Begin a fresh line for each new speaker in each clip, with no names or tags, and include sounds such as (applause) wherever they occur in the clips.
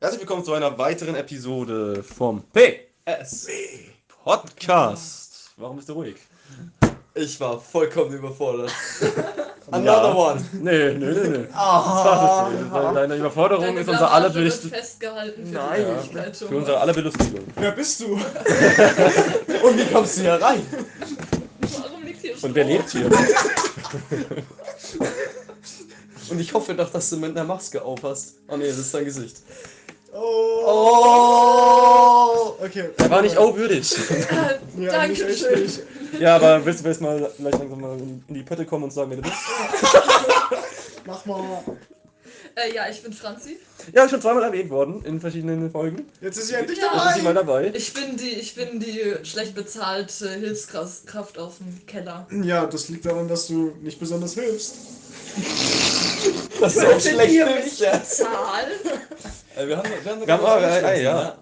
Herzlich willkommen zu einer weiteren Episode vom PS Podcast. Warum bist du ruhig?
Ich war vollkommen (laughs) überfordert.
Ja.
Another one.
Nee, nee, nee, (laughs) nee.
Ah.
Das war's jetzt. Deine Überforderung
Deine
ist unser aller
Blamage wird
Belust-
festgehalten für
Nein,
die
ich-
Veranstaltung.
für unsere aller Belustigung.
Wer bist du? (laughs) Und wie kommst du hier rein?
Warum liegt hier
Und wer
Stroh?
lebt (laughs) hier?
Und ich hoffe doch, dass du mit einer Maske aufhast. Oh nee, das ist dein Gesicht.
Oh! Okay.
Er war nicht aufwürdig.
Ah,
Ja,
(laughs)
nicht
Dankeschön.
richtig.
Ja, aber willst du jetzt mal vielleicht langsam mal in die Pötte kommen und sagen, wer du bist?
Mach mal.
Äh, ja, ich bin Franzi.
Ja, schon zweimal erwähnt worden in verschiedenen Folgen.
Jetzt ist sie endlich
Ja.
Jetzt ist sie mal
dabei.
dabei.
Ich bin die, ich bin die schlecht bezahlte Hilfskraft aus dem Keller.
Ja, das liegt daran, dass du nicht besonders hilfst.
Das ist auch schlecht
ihr
für
mich
mich
(laughs)
jetzt.
bezahlen?
Äh, Wir haben, wir haben, äh,
Wir haben-
was
ah,
angeschlossen,
ja.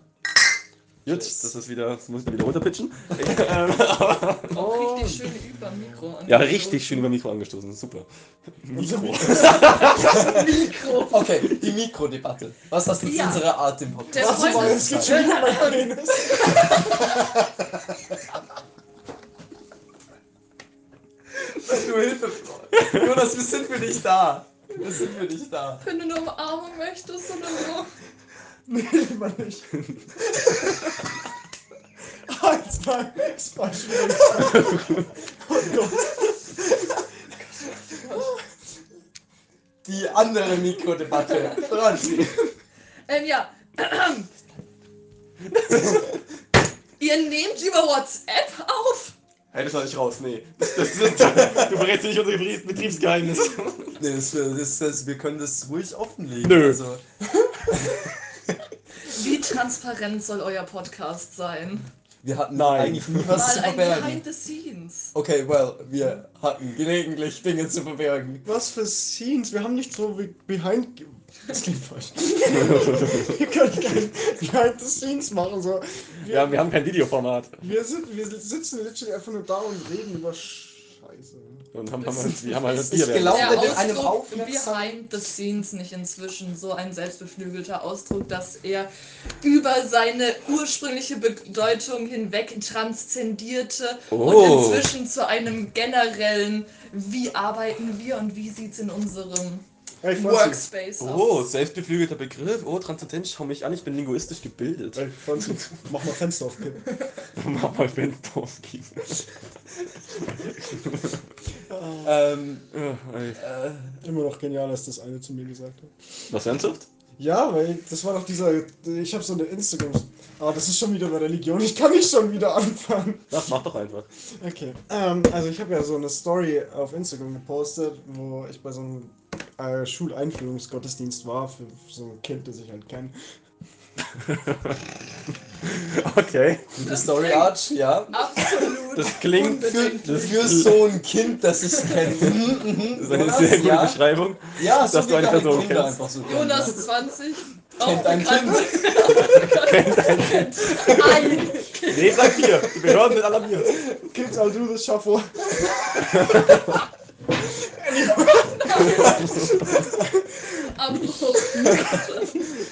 Gut, das ist wieder, das muss ich wieder runterpitchen. (laughs)
Auch richtig schön über Mikro an.
Oh. Ja, richtig schön über Mikro angestoßen, super. Mikro.
(laughs)
Mikro.
Okay, die Mikrodebatte. Was ist das jetzt
Ja.
unsere Art im
Der
Podcast?
Warte
Freund
mal,
ist-
es gibt schon wieder mein Penis.
Du Hilfe brauchst. Jonas, wir sind für dich da. Wir sind für dich da.
Wenn du eine Umarmung möchtest oder so.
Nee, immer nicht. Eins, nein, das war schon wieder
Die andere Mikrodebatte. Franzi.
Ähm, ja. (clears throat) Ihr nehmt über WhatsApp auf?
Hey, das war nicht raus, nee. (laughs) Das, das, das, du verrätst nicht unser Betriebs- Betriebsgeheimnis.
Nee, das, das, das, wir können das ruhig offenlegen.
Nö.
Also,
Wie transparent soll euer Podcast sein?
wir hatten
Nein.
eigentlich nie was zu
Mal ein Behind
verbergen.
the Scenes.
Okay, well, wir hatten gelegentlich Dinge zu verbergen.
Was für Scenes? Wir haben nicht so wie behind. Das klingt falsch. Wir können kein behind the scenes machen. So. Wir,
Ja, wir haben kein Videoformat.
wir, sind, wir sitzen literally einfach nur da und reden über Scheiße.
Und haben, haben, halt- wir haben halt das
Ich
Bier
glaub-
Der
Glaubt ihr denn einem
Ausdruck
aufmerksam-
behind the scenes nicht inzwischen so ein selbstbeflügelter Ausdruck, dass er über seine ursprüngliche Bedeutung hinweg transzendierte
Oh.
und inzwischen zu einem generellen Wie arbeiten wir und wie sieht's in unserem
Ey, Franzi.
Workspace
Oh,
aus?
selbstbeflügelter Begriff. Oh, Transzendenz, schau mich an, ich bin linguistisch gebildet.
Ey, Franzi, mach mal Fenster auf, Kipp.
(laughs) Mach mal Fenster ausgießen.
Ähm,
Äh,
Immer noch genial, dass das eine zu mir gesagt hat.
was ernsthaft?
Ja, weil das war doch dieser. Ich habe so eine Instagram. Ah, das ist schon wieder bei Religion. Ich kann nicht schon wieder anfangen.
Das mach doch einfach.
Okay. Ähm, also ich habe ja so eine Story auf Instagram gepostet, wo ich bei so einem äh, Schuleinführungsgottesdienst war für so ein Kind, das ich halt kenne.
Okay.
gute Story Arch, ja.
Absolut.
Das klingt.
Für,
Unbedingt.
für so ein Kind, das ich kenne. Mhm,
Das ist
mhm.
eine
Jonas,
sehr gute
ja.
Beschreibung.
Ja, so
dass du
wie
eine
deine
Person
Kinder
kennst.
einfach so kennen.
Jonas 20.
kennt ein Kind.
(laughs) Ein.
Nee, sag hier. Die Behörden sind alarmiert.
Kids, I'll do this shuffle.
(laughs)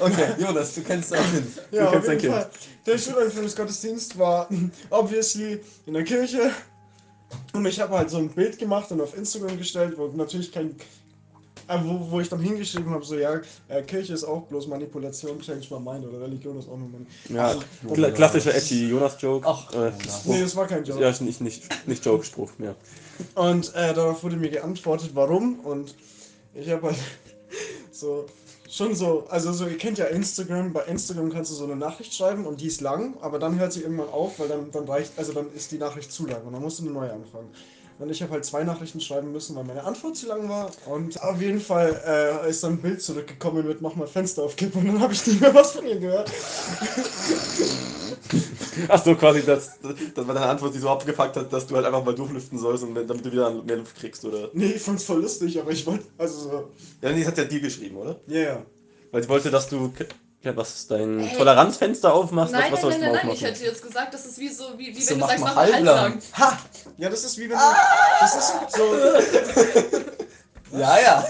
Okay, Jonas, du kennst ein Kind.
Ja, auf
kennst dein
jeden
Kind.
Fall. Der Schuleinführungsgottesdienst war (laughs) obviously in der Kirche. Und ich habe halt so ein Bild gemacht und auf Instagram gestellt, wo natürlich kein. äh, Wo, wo ich dann hingeschrieben habe, so ja, äh, Kirche ist auch bloß Manipulation, change my mind oder Religion ist auch nur Manipulation.
Ja, kla klassischer Edgy Jonas-Joke.
Ach,
äh,
Jonas.
Nee,
Spruch.
das war kein Job.
Ja, ist nicht, nicht, nicht Joke-Spruch, ja.
Und äh, darauf wurde mir geantwortet, warum. Und ich habe halt (laughs) so schon so, also so, ihr kennt ja Instagram, bei Instagram kannst du so eine Nachricht schreiben und die ist lang, aber dann hört sie irgendwann auf, weil dann, dann reicht, also dann ist die Nachricht zu lang und dann musst du eine neue anfangen. Und ich habe halt zwei Nachrichten schreiben müssen, weil meine Antwort zu lang war. Und auf jeden Fall äh, ist dann ein Bild zurückgekommen mit Mach mal Fenster auf Kipp und dann habe ich nicht mehr was von ihr gehört.
Ach so, quasi, dass, dass man deine Antwort die so abgepackt hat, dass du halt einfach mal durchlüften sollst, und, wenn- damit du wieder mehr Luft kriegst, oder?
Nee, ich fand's voll lustig, aber ich wollte, also so,
Ja, nee, das hat ja dir geschrieben, oder?
ja, ja.
Weil sie wollte, dass du, ja, was, dein
Ey.
Toleranzfenster aufmachst,
Nein,
was, was sollst
nein, nein, nein,
du
nein, ich
aufmachen?
hätte jetzt gesagt, das ist wie so, wie, wie
So,
wenn du
mach
sagst,
mal
mach mal halblang.
halblang. Ha!
Ja, das ist wie wenn du, das ist so,
Ja, ja.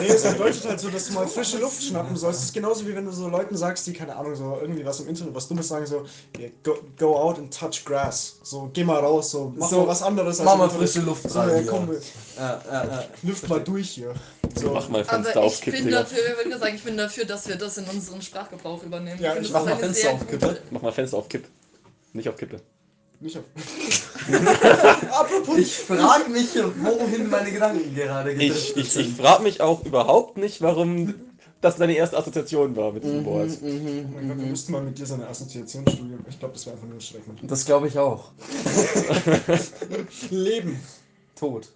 Nee, es bedeutet halt so, dass du mal frische Luft schnappen sollst. Es ist genauso wie wenn du so Leuten sagst, die, keine Ahnung, so irgendwie was im Internet, was Dummes sagen, so, yeah, go, go out and touch grass. So, geh mal raus, so, mach
So,
mal was anderes.
mach mal
im Internet.
frische Luft
So,
rein
ja,
hier.
komm,
Ja, ja, ja.
lüft mal durch hier. So,
Mach mal Fenster
Aber
auf,
Also ich
Kipp,
bin
Digga.
dafür, ich würde sagen, ich bin dafür, dass wir das in unseren Sprachgebrauch übernehmen.
Ja,
finde,
ich
mach
das ist
mal
eine
Fenster
sehr
auf,
gute-
Kippe.
Mach mal Fenster auf Kipp. Nicht auf Kippe.
nicht auf. oh Apropos,
Ich frage mich, wohin meine Gedanken gerade
Ich,
gedriftet
ich, ich
sind.
frage mich auch überhaupt nicht, warum das deine erste Assoziation war mit diesem Wort.
Mhm,
oh mein Gott, wir müssten mal mit dir so eine Assoziationsstudie. Ich glaube, das wäre einfach nur erschreckend.
Das glaube
(laughs)
ich auch.
Leben.
Tod.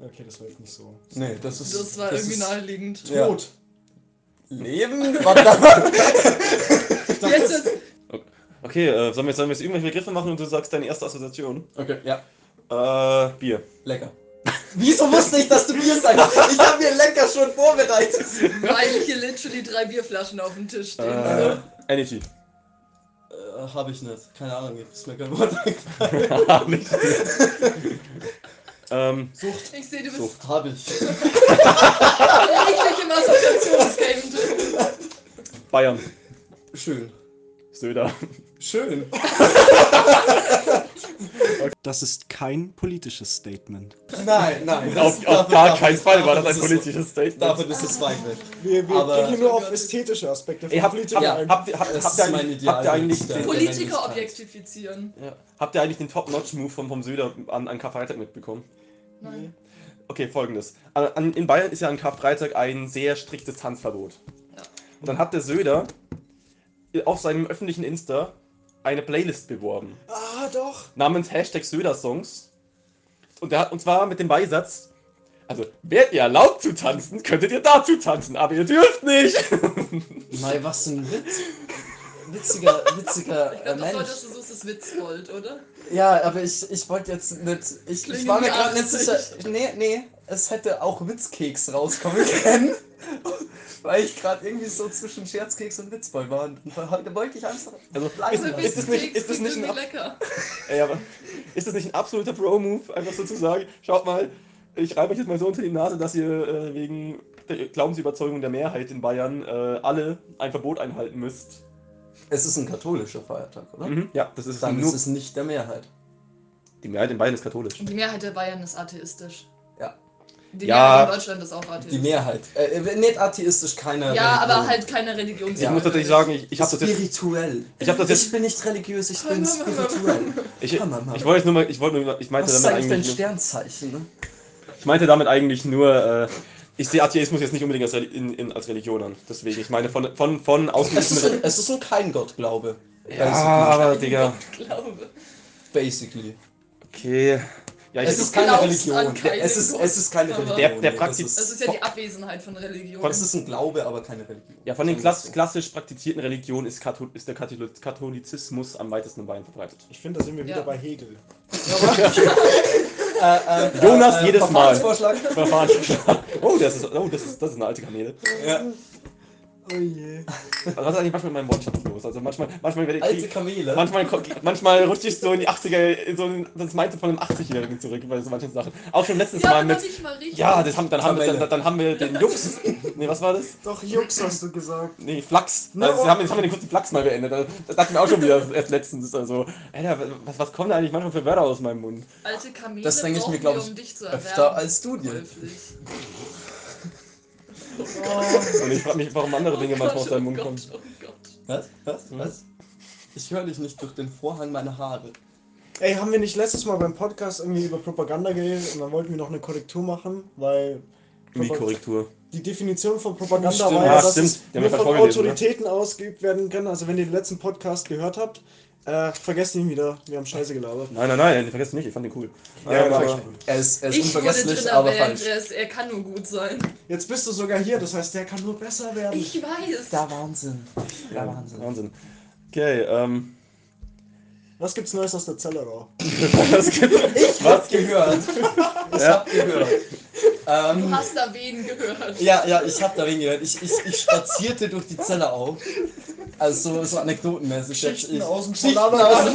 Okay, das war jetzt nicht so.
Nee, das ist.
Das war irgendwie naheliegend.
Ja.
Tod.
Leben? Verdammt.
Jetzt ist
Okay, äh, sollen, wir, sollen wir jetzt irgendwelche Begriffe machen und du sagst deine erste Assoziation?
Okay, ja.
Äh, Bier.
Lecker. Wieso wusste ich, dass du Bier sagst? Ich habe mir lecker schon vorbereitet.
weil hier literally drei Bierflaschen auf dem Tisch stehen.
Äh, Energy. (laughs)
Äh, habe ich nicht. Keine Ahnung, mir ist mir kein Wort (laughs) eingefallen.
Nicht. (laughs) ähm,
so. Ich sehe, du bist
so.
Habe ich.
richtig im Assoziationsgame drin.
Bayern.
Schön.
Söder.
Schön.
Das ist kein politisches Statement.
Nein, nein.
Auf,
das-
auf
davon-
gar
davon-
keinen Fall war das ein
davon ist es-
politisches Statement.
Davon ist es weit weg.
Wir, wir
Aber-
gehen hier nur auf ästhetische Aspekte. von
Ey, habt,
Politik
habt,
Ja.
ein.
habt, ihr- habt,
Das
habt,
ist
ihr
mein
eigentlich-
Ideal-
habt ihr eigentlich
Ideal-
den,
Politiker objektifizieren.
ja. habt ihr eigentlich den Top-Notch-Move vom, vom Söder an, an Karfreitag mitbekommen?
Nein.
Okay, folgendes. An, an, in Bayern ist ja an Karfreitag ein sehr striktes Tanzverbot.
Ja.
Und dann hat der Söder auf seinem öffentlichen Insta eine Playlist beworben.
Ah, doch.
namens Hashtag Söder-Songs. Und, der hat- und zwar mit dem Beisatz, also wärt ihr erlaubt zu tanzen, könntet ihr dazu tanzen, aber ihr dürft nicht.
Nein, was für ein Witz. Witziger, witziger
Ich
äh,
glaube, das war,
Mensch.
dass du suchst, ist Witzbold, oder?
Ja, aber ich, ich wollte jetzt nicht. Ich, ich
Klingen
war mir
wie
gerade nicht
80.
sicher. Nee, nee, es hätte auch Witzkeks rauskommen können. (laughs) weil ich gerade irgendwie so zwischen Scherzkeks und Witzboll war. Und da wollte ich einfach.
Also, ist,
Also,
ist, das nicht, ist, das nicht ein,
ein
ab-
lecker?
ey, aber, ist das nicht ein absoluter Bro-Move, einfach so zu sagen, schaut mal, ich reibe euch jetzt mal so unter die Nase, dass ihr äh, wegen der Glaubensüberzeugung der Mehrheit in Bayern äh, alle ein Verbot einhalten müsst.
Es ist ein katholischer Feiertag, oder?
Mhm. Ja, das ist
Dann
nur...
ist es nicht der Mehrheit.
die Mehrheit in Bayern ist katholisch.
Die Mehrheit der Bayern ist atheistisch.
Ja.
Die
Ja.
Mehrheit in Deutschland ist auch
Die
atheistisch.
Mehrheit. Äh, äh, nicht atheistisch, keine.
Ja, aber
Religion.
halt keine Religion.
also Ich muss tatsächlich sagen, ich, ich habe das jetzt...
Spirituell.
Ich hab das jetzt-
bin nicht religiös, ich
(laughs)
bin spirituell.
Ich,
Mann, Mann, Mann.
ich wollte jetzt nur mal... Ich, wollte nur, ich meinte
Was ist
damit
eigentlich
eigentlich...
dein
nur-
Sternzeichen? Ne?
Ich meinte damit eigentlich nur, äh, ich sehe Atheismus jetzt nicht unbedingt als, Reli in, in, als Religion an. Deswegen, ich meine von, von, von
Es ist,
ausgeübten...
ein, es ist ein kein Gottglaube.
Ja, aber Digga,
Ich glaube.
Also Basically.
okay. Ja, ich,
Es ist keine
glaubst
Religion.
an keinen
Es ist,
Gott. Also-
es ist keine
Aber-
Religion.
Der- der
nee,
Praktiz-
das
Das
ist-
ist ja die Abwesenheit von Religion.
Es ist ein Glaube, aber keine Religion.
ja, von den
Sagen
klass
wir's so.
klassisch praktizierten Religionen ist, Kathol ist der Kathol Katholizismus am weitesten in Bayern verbreitet.
Ich finde, da sind wir
Ja.
wieder bei Hegel.
Äh, äh,
Jonas
äh, äh,
jedes Mal.
Verfahrensvorschlag.
Verfahren. oh, das ist, oh das, ist, das ist eine alte Kamele.
Ja.
Oh je.
Also, was ist eigentlich manchmal mit meinem Wortschatz los? Also manchmal, manchmal werde
Alte
ich...
Kamele.
Manchmal, ko- manchmal rutsche ich so in die 80er, in so ein, das meinte von einem 80-Jährigen zurück bei so manchen Sachen. Auch schon letztes
ja,
Mal
aber
mit,
noch nicht mal richtig.
Ja, das haben, dann, haben wir,
Kamelle.
dann, dann haben wir den Jux. Nee, was war das?
Doch, Jux hast du gesagt.
Nee, Flachs.
Ne,
also,
oh.
wir haben, jetzt haben wir den kurzen Flachs mal beendet. Da dachten wir auch schon wieder erst letztens. Also, Alter, was, was kommen da eigentlich manchmal für Wörter aus meinem Mund?
Alte Kamele
Das denke ich
brauchen
mir, glaub
wir,
ich,
um dich zu erwärmen.
Öfter als du dir. (laughs) Oh
Käuflich.
Und ich frage mich, warum andere Dinge
Oh
manchmal
Gott,
aus deinem Mund
oh
kommen.
Gott, oh Gott.
Was? Was? Was?
Mhm.
Ich höre dich nicht durch den Vorhang meiner Haare.
Ey, haben wir nicht letztes Mal beim Podcast irgendwie über Propaganda geredet und dann wollten wir noch eine Korrektur machen, weil
Wie Korrektur.
die Definition von Propaganda
Stimmt.
war
Ja,
ja, dass
stimmt.
es
Die haben
nur
wir
von
vorgelesen, ne?
Autoritäten ausgeübt werden kann. Also wenn ihr den letzten Podcast gehört habt, äh, vergesst ihn wieder. Wir haben Scheiße gelabert. Äh,
Nein, nein, nein, vergesst nicht, ich fand den cool.
Ja,
Ähm,
aber-
aber-
Er ist, er ist
Ich wurde äh, drin
unvergesslich, aber
erwähnt,
falsch.
er, ist, er kann nur gut sein.
Jetzt bist du sogar hier, das heißt, der kann nur besser werden.
Ich weiß.
Der Wahnsinn. Der
ja,
Wahnsinn.
Wahnsinn. Okay, ähm.
Was gibt's Neues aus der Zellerau?
Was gibt-
Ich hab gehört. Ich
Ja.
hab gehört.
Du
Ähm,
hast da wen gehört.
ja, ja, ich hab da wen gehört. Ich, ich, ich spazierte durch die Zelle auf Also so, so anekdotenmäßig jetzt.
Schichten
Ich,
aus dem
Schichten
Schalalala.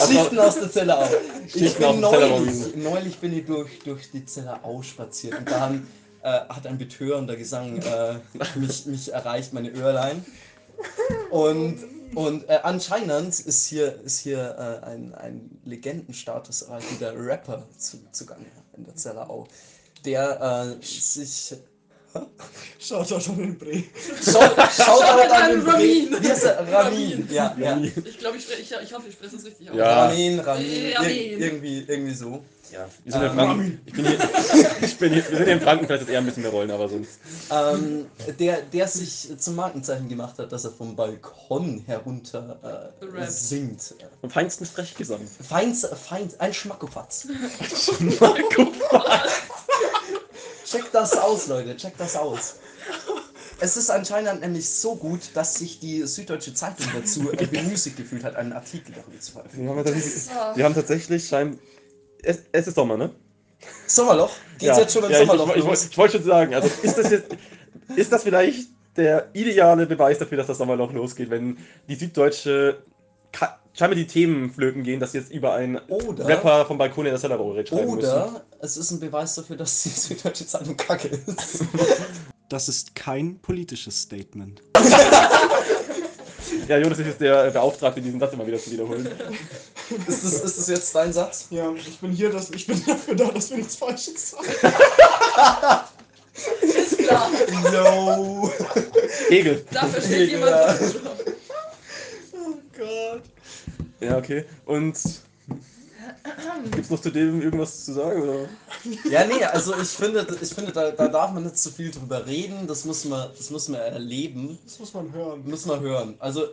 aus, Schichten aus der Zelle auf. Ich
Schichten aus
bin
dem Tellerraum.
neulich, neulich bin ich durch, durch die Zelle ausspaziert und da haben, äh, hat ein betörender Gesang äh, mich, mich erreicht, meine Öhrlein. Und, und äh, anscheinend ist hier, ist hier äh, ein, ein Legendenstatus erreicht, wie der Rapper zu, zugange in der Zelle auch, der äh, sich
Schaut doch schon in Bre.
(laughs) Schaut, schaut
Shoutout
aber an
an
den
Ramin.
Bre- Wie heißt er? Ramin.
Ramin.
Ja, ja.
Ich glaube, ich, spre- ich, ich hoffe, ich spreche es richtig aus.
Ja.
Ramin, Ramin.
Ramin.
Ir irgendwie, irgendwie so.
Ja, wir sind ja
Ähm,
Franken. Ich bin hier. (laughs) Ich bin hier. Wir sind hier in Franken, vielleicht ist eher ein bisschen mehr Rollen, aber sonst.
Ähm, der, der sich zum Markenzeichen gemacht hat, dass er vom Balkon herunter äh,
Rappt.
singt.
Vom feinsten Sprechgesang.
Feins, feins, ein Schmackofatz. (laughs) Check das aus, Leute, check das aus. Es ist anscheinend nämlich so gut, dass sich die Süddeutsche Zeitung dazu äh, bemüßigt gefühlt hat, einen Artikel darüber zu veröffentlichen.
Wir haben, tatsächlich,
So.
wir haben tatsächlich schein- Es, es ist Sommer, ne?
Sommerloch? Geht's jetzt schon ans
ja, ich, ich,
Sommerloch
ich,
los?
wollte- ich wollte schon sagen, also ist das jetzt. Ist das vielleicht der ideale Beweis dafür, dass das Sommerloch losgeht, wenn die Süddeutsche ka- scheinbar die Themen flöten gehen, dass sie jetzt über einen
Oder-
Rapper vom Balkon in der Celebrate schreiben
Oder es ist ein Beweis dafür, dass die (laughs) Süddeutsche Zeitung kacke ist.
Das ist kein politisches Statement.
müssen. Ja, Jonas ist jetzt der Beauftragte, diesen Satz immer wieder zu
(laughs)
wiederholen.
ist, das, ist das jetzt dein
(laughs)
Satz?
Ja, ich bin hier, dass, ich bin (laughs) dafür da, dass wir nichts Falsches sagen.
Ist klar.
Yo!
Egel.
Dafür steht jemand
Ja.
drauf.
Oh Gott.
Ja, okay. Und gibt's noch zu dem irgendwas zu sagen? Oder?
Ja, nee, also ich finde, ich finde da, da darf man nicht zu viel drüber reden, das muss man, das muss man erleben,
Das muss man hören.
muss man hören. Also,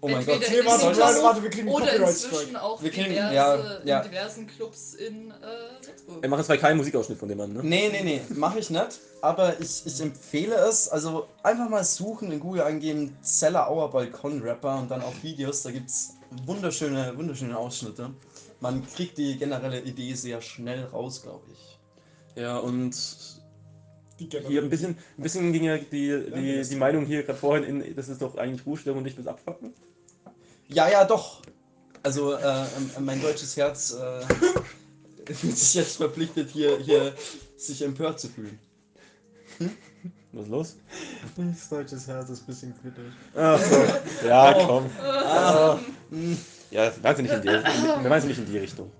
oh mein
Entweder
Gott.
in
warte,
Hamburg
warte, warte, wir kriegen einen
Oder
Copyright-Strike.
inzwischen auch
Wir kriegen-
diverse,
ja, ja.
in diversen Clubs in äh, Salzburg.
Wir machen jetzt mal keinen Musikausschnitt von dem Mann, ne?
Nee, nee, nee, mache ich nicht, aber ich, ich empfehle es, also einfach mal suchen, in Google eingeben, Zellerauer Balkon-Rapper und dann auch Videos, da gibt's wunderschöne, wunderschöne Ausschnitte. Man kriegt die generelle Idee sehr schnell raus, glaube ich.
Ja, und
Die
hier ein bisschen, ein bisschen ging ja die, die, die Meinung hier gerade vorhin in, das ist doch eigentlich Ruhestörung und nicht bis abfacken.
Ja, ja, doch. Also äh, ähm, mein deutsches Herz äh, (laughs) fühlt sich jetzt verpflichtet, hier, hier sich empört zu fühlen.
Was ist los?
Das deutsche Herz ist ein bisschen kritisch.
Ach so. Ja,
Oh.
komm.
Ah, mh,
Ja, meinst du nicht in die, meinst du nicht in die Richtung.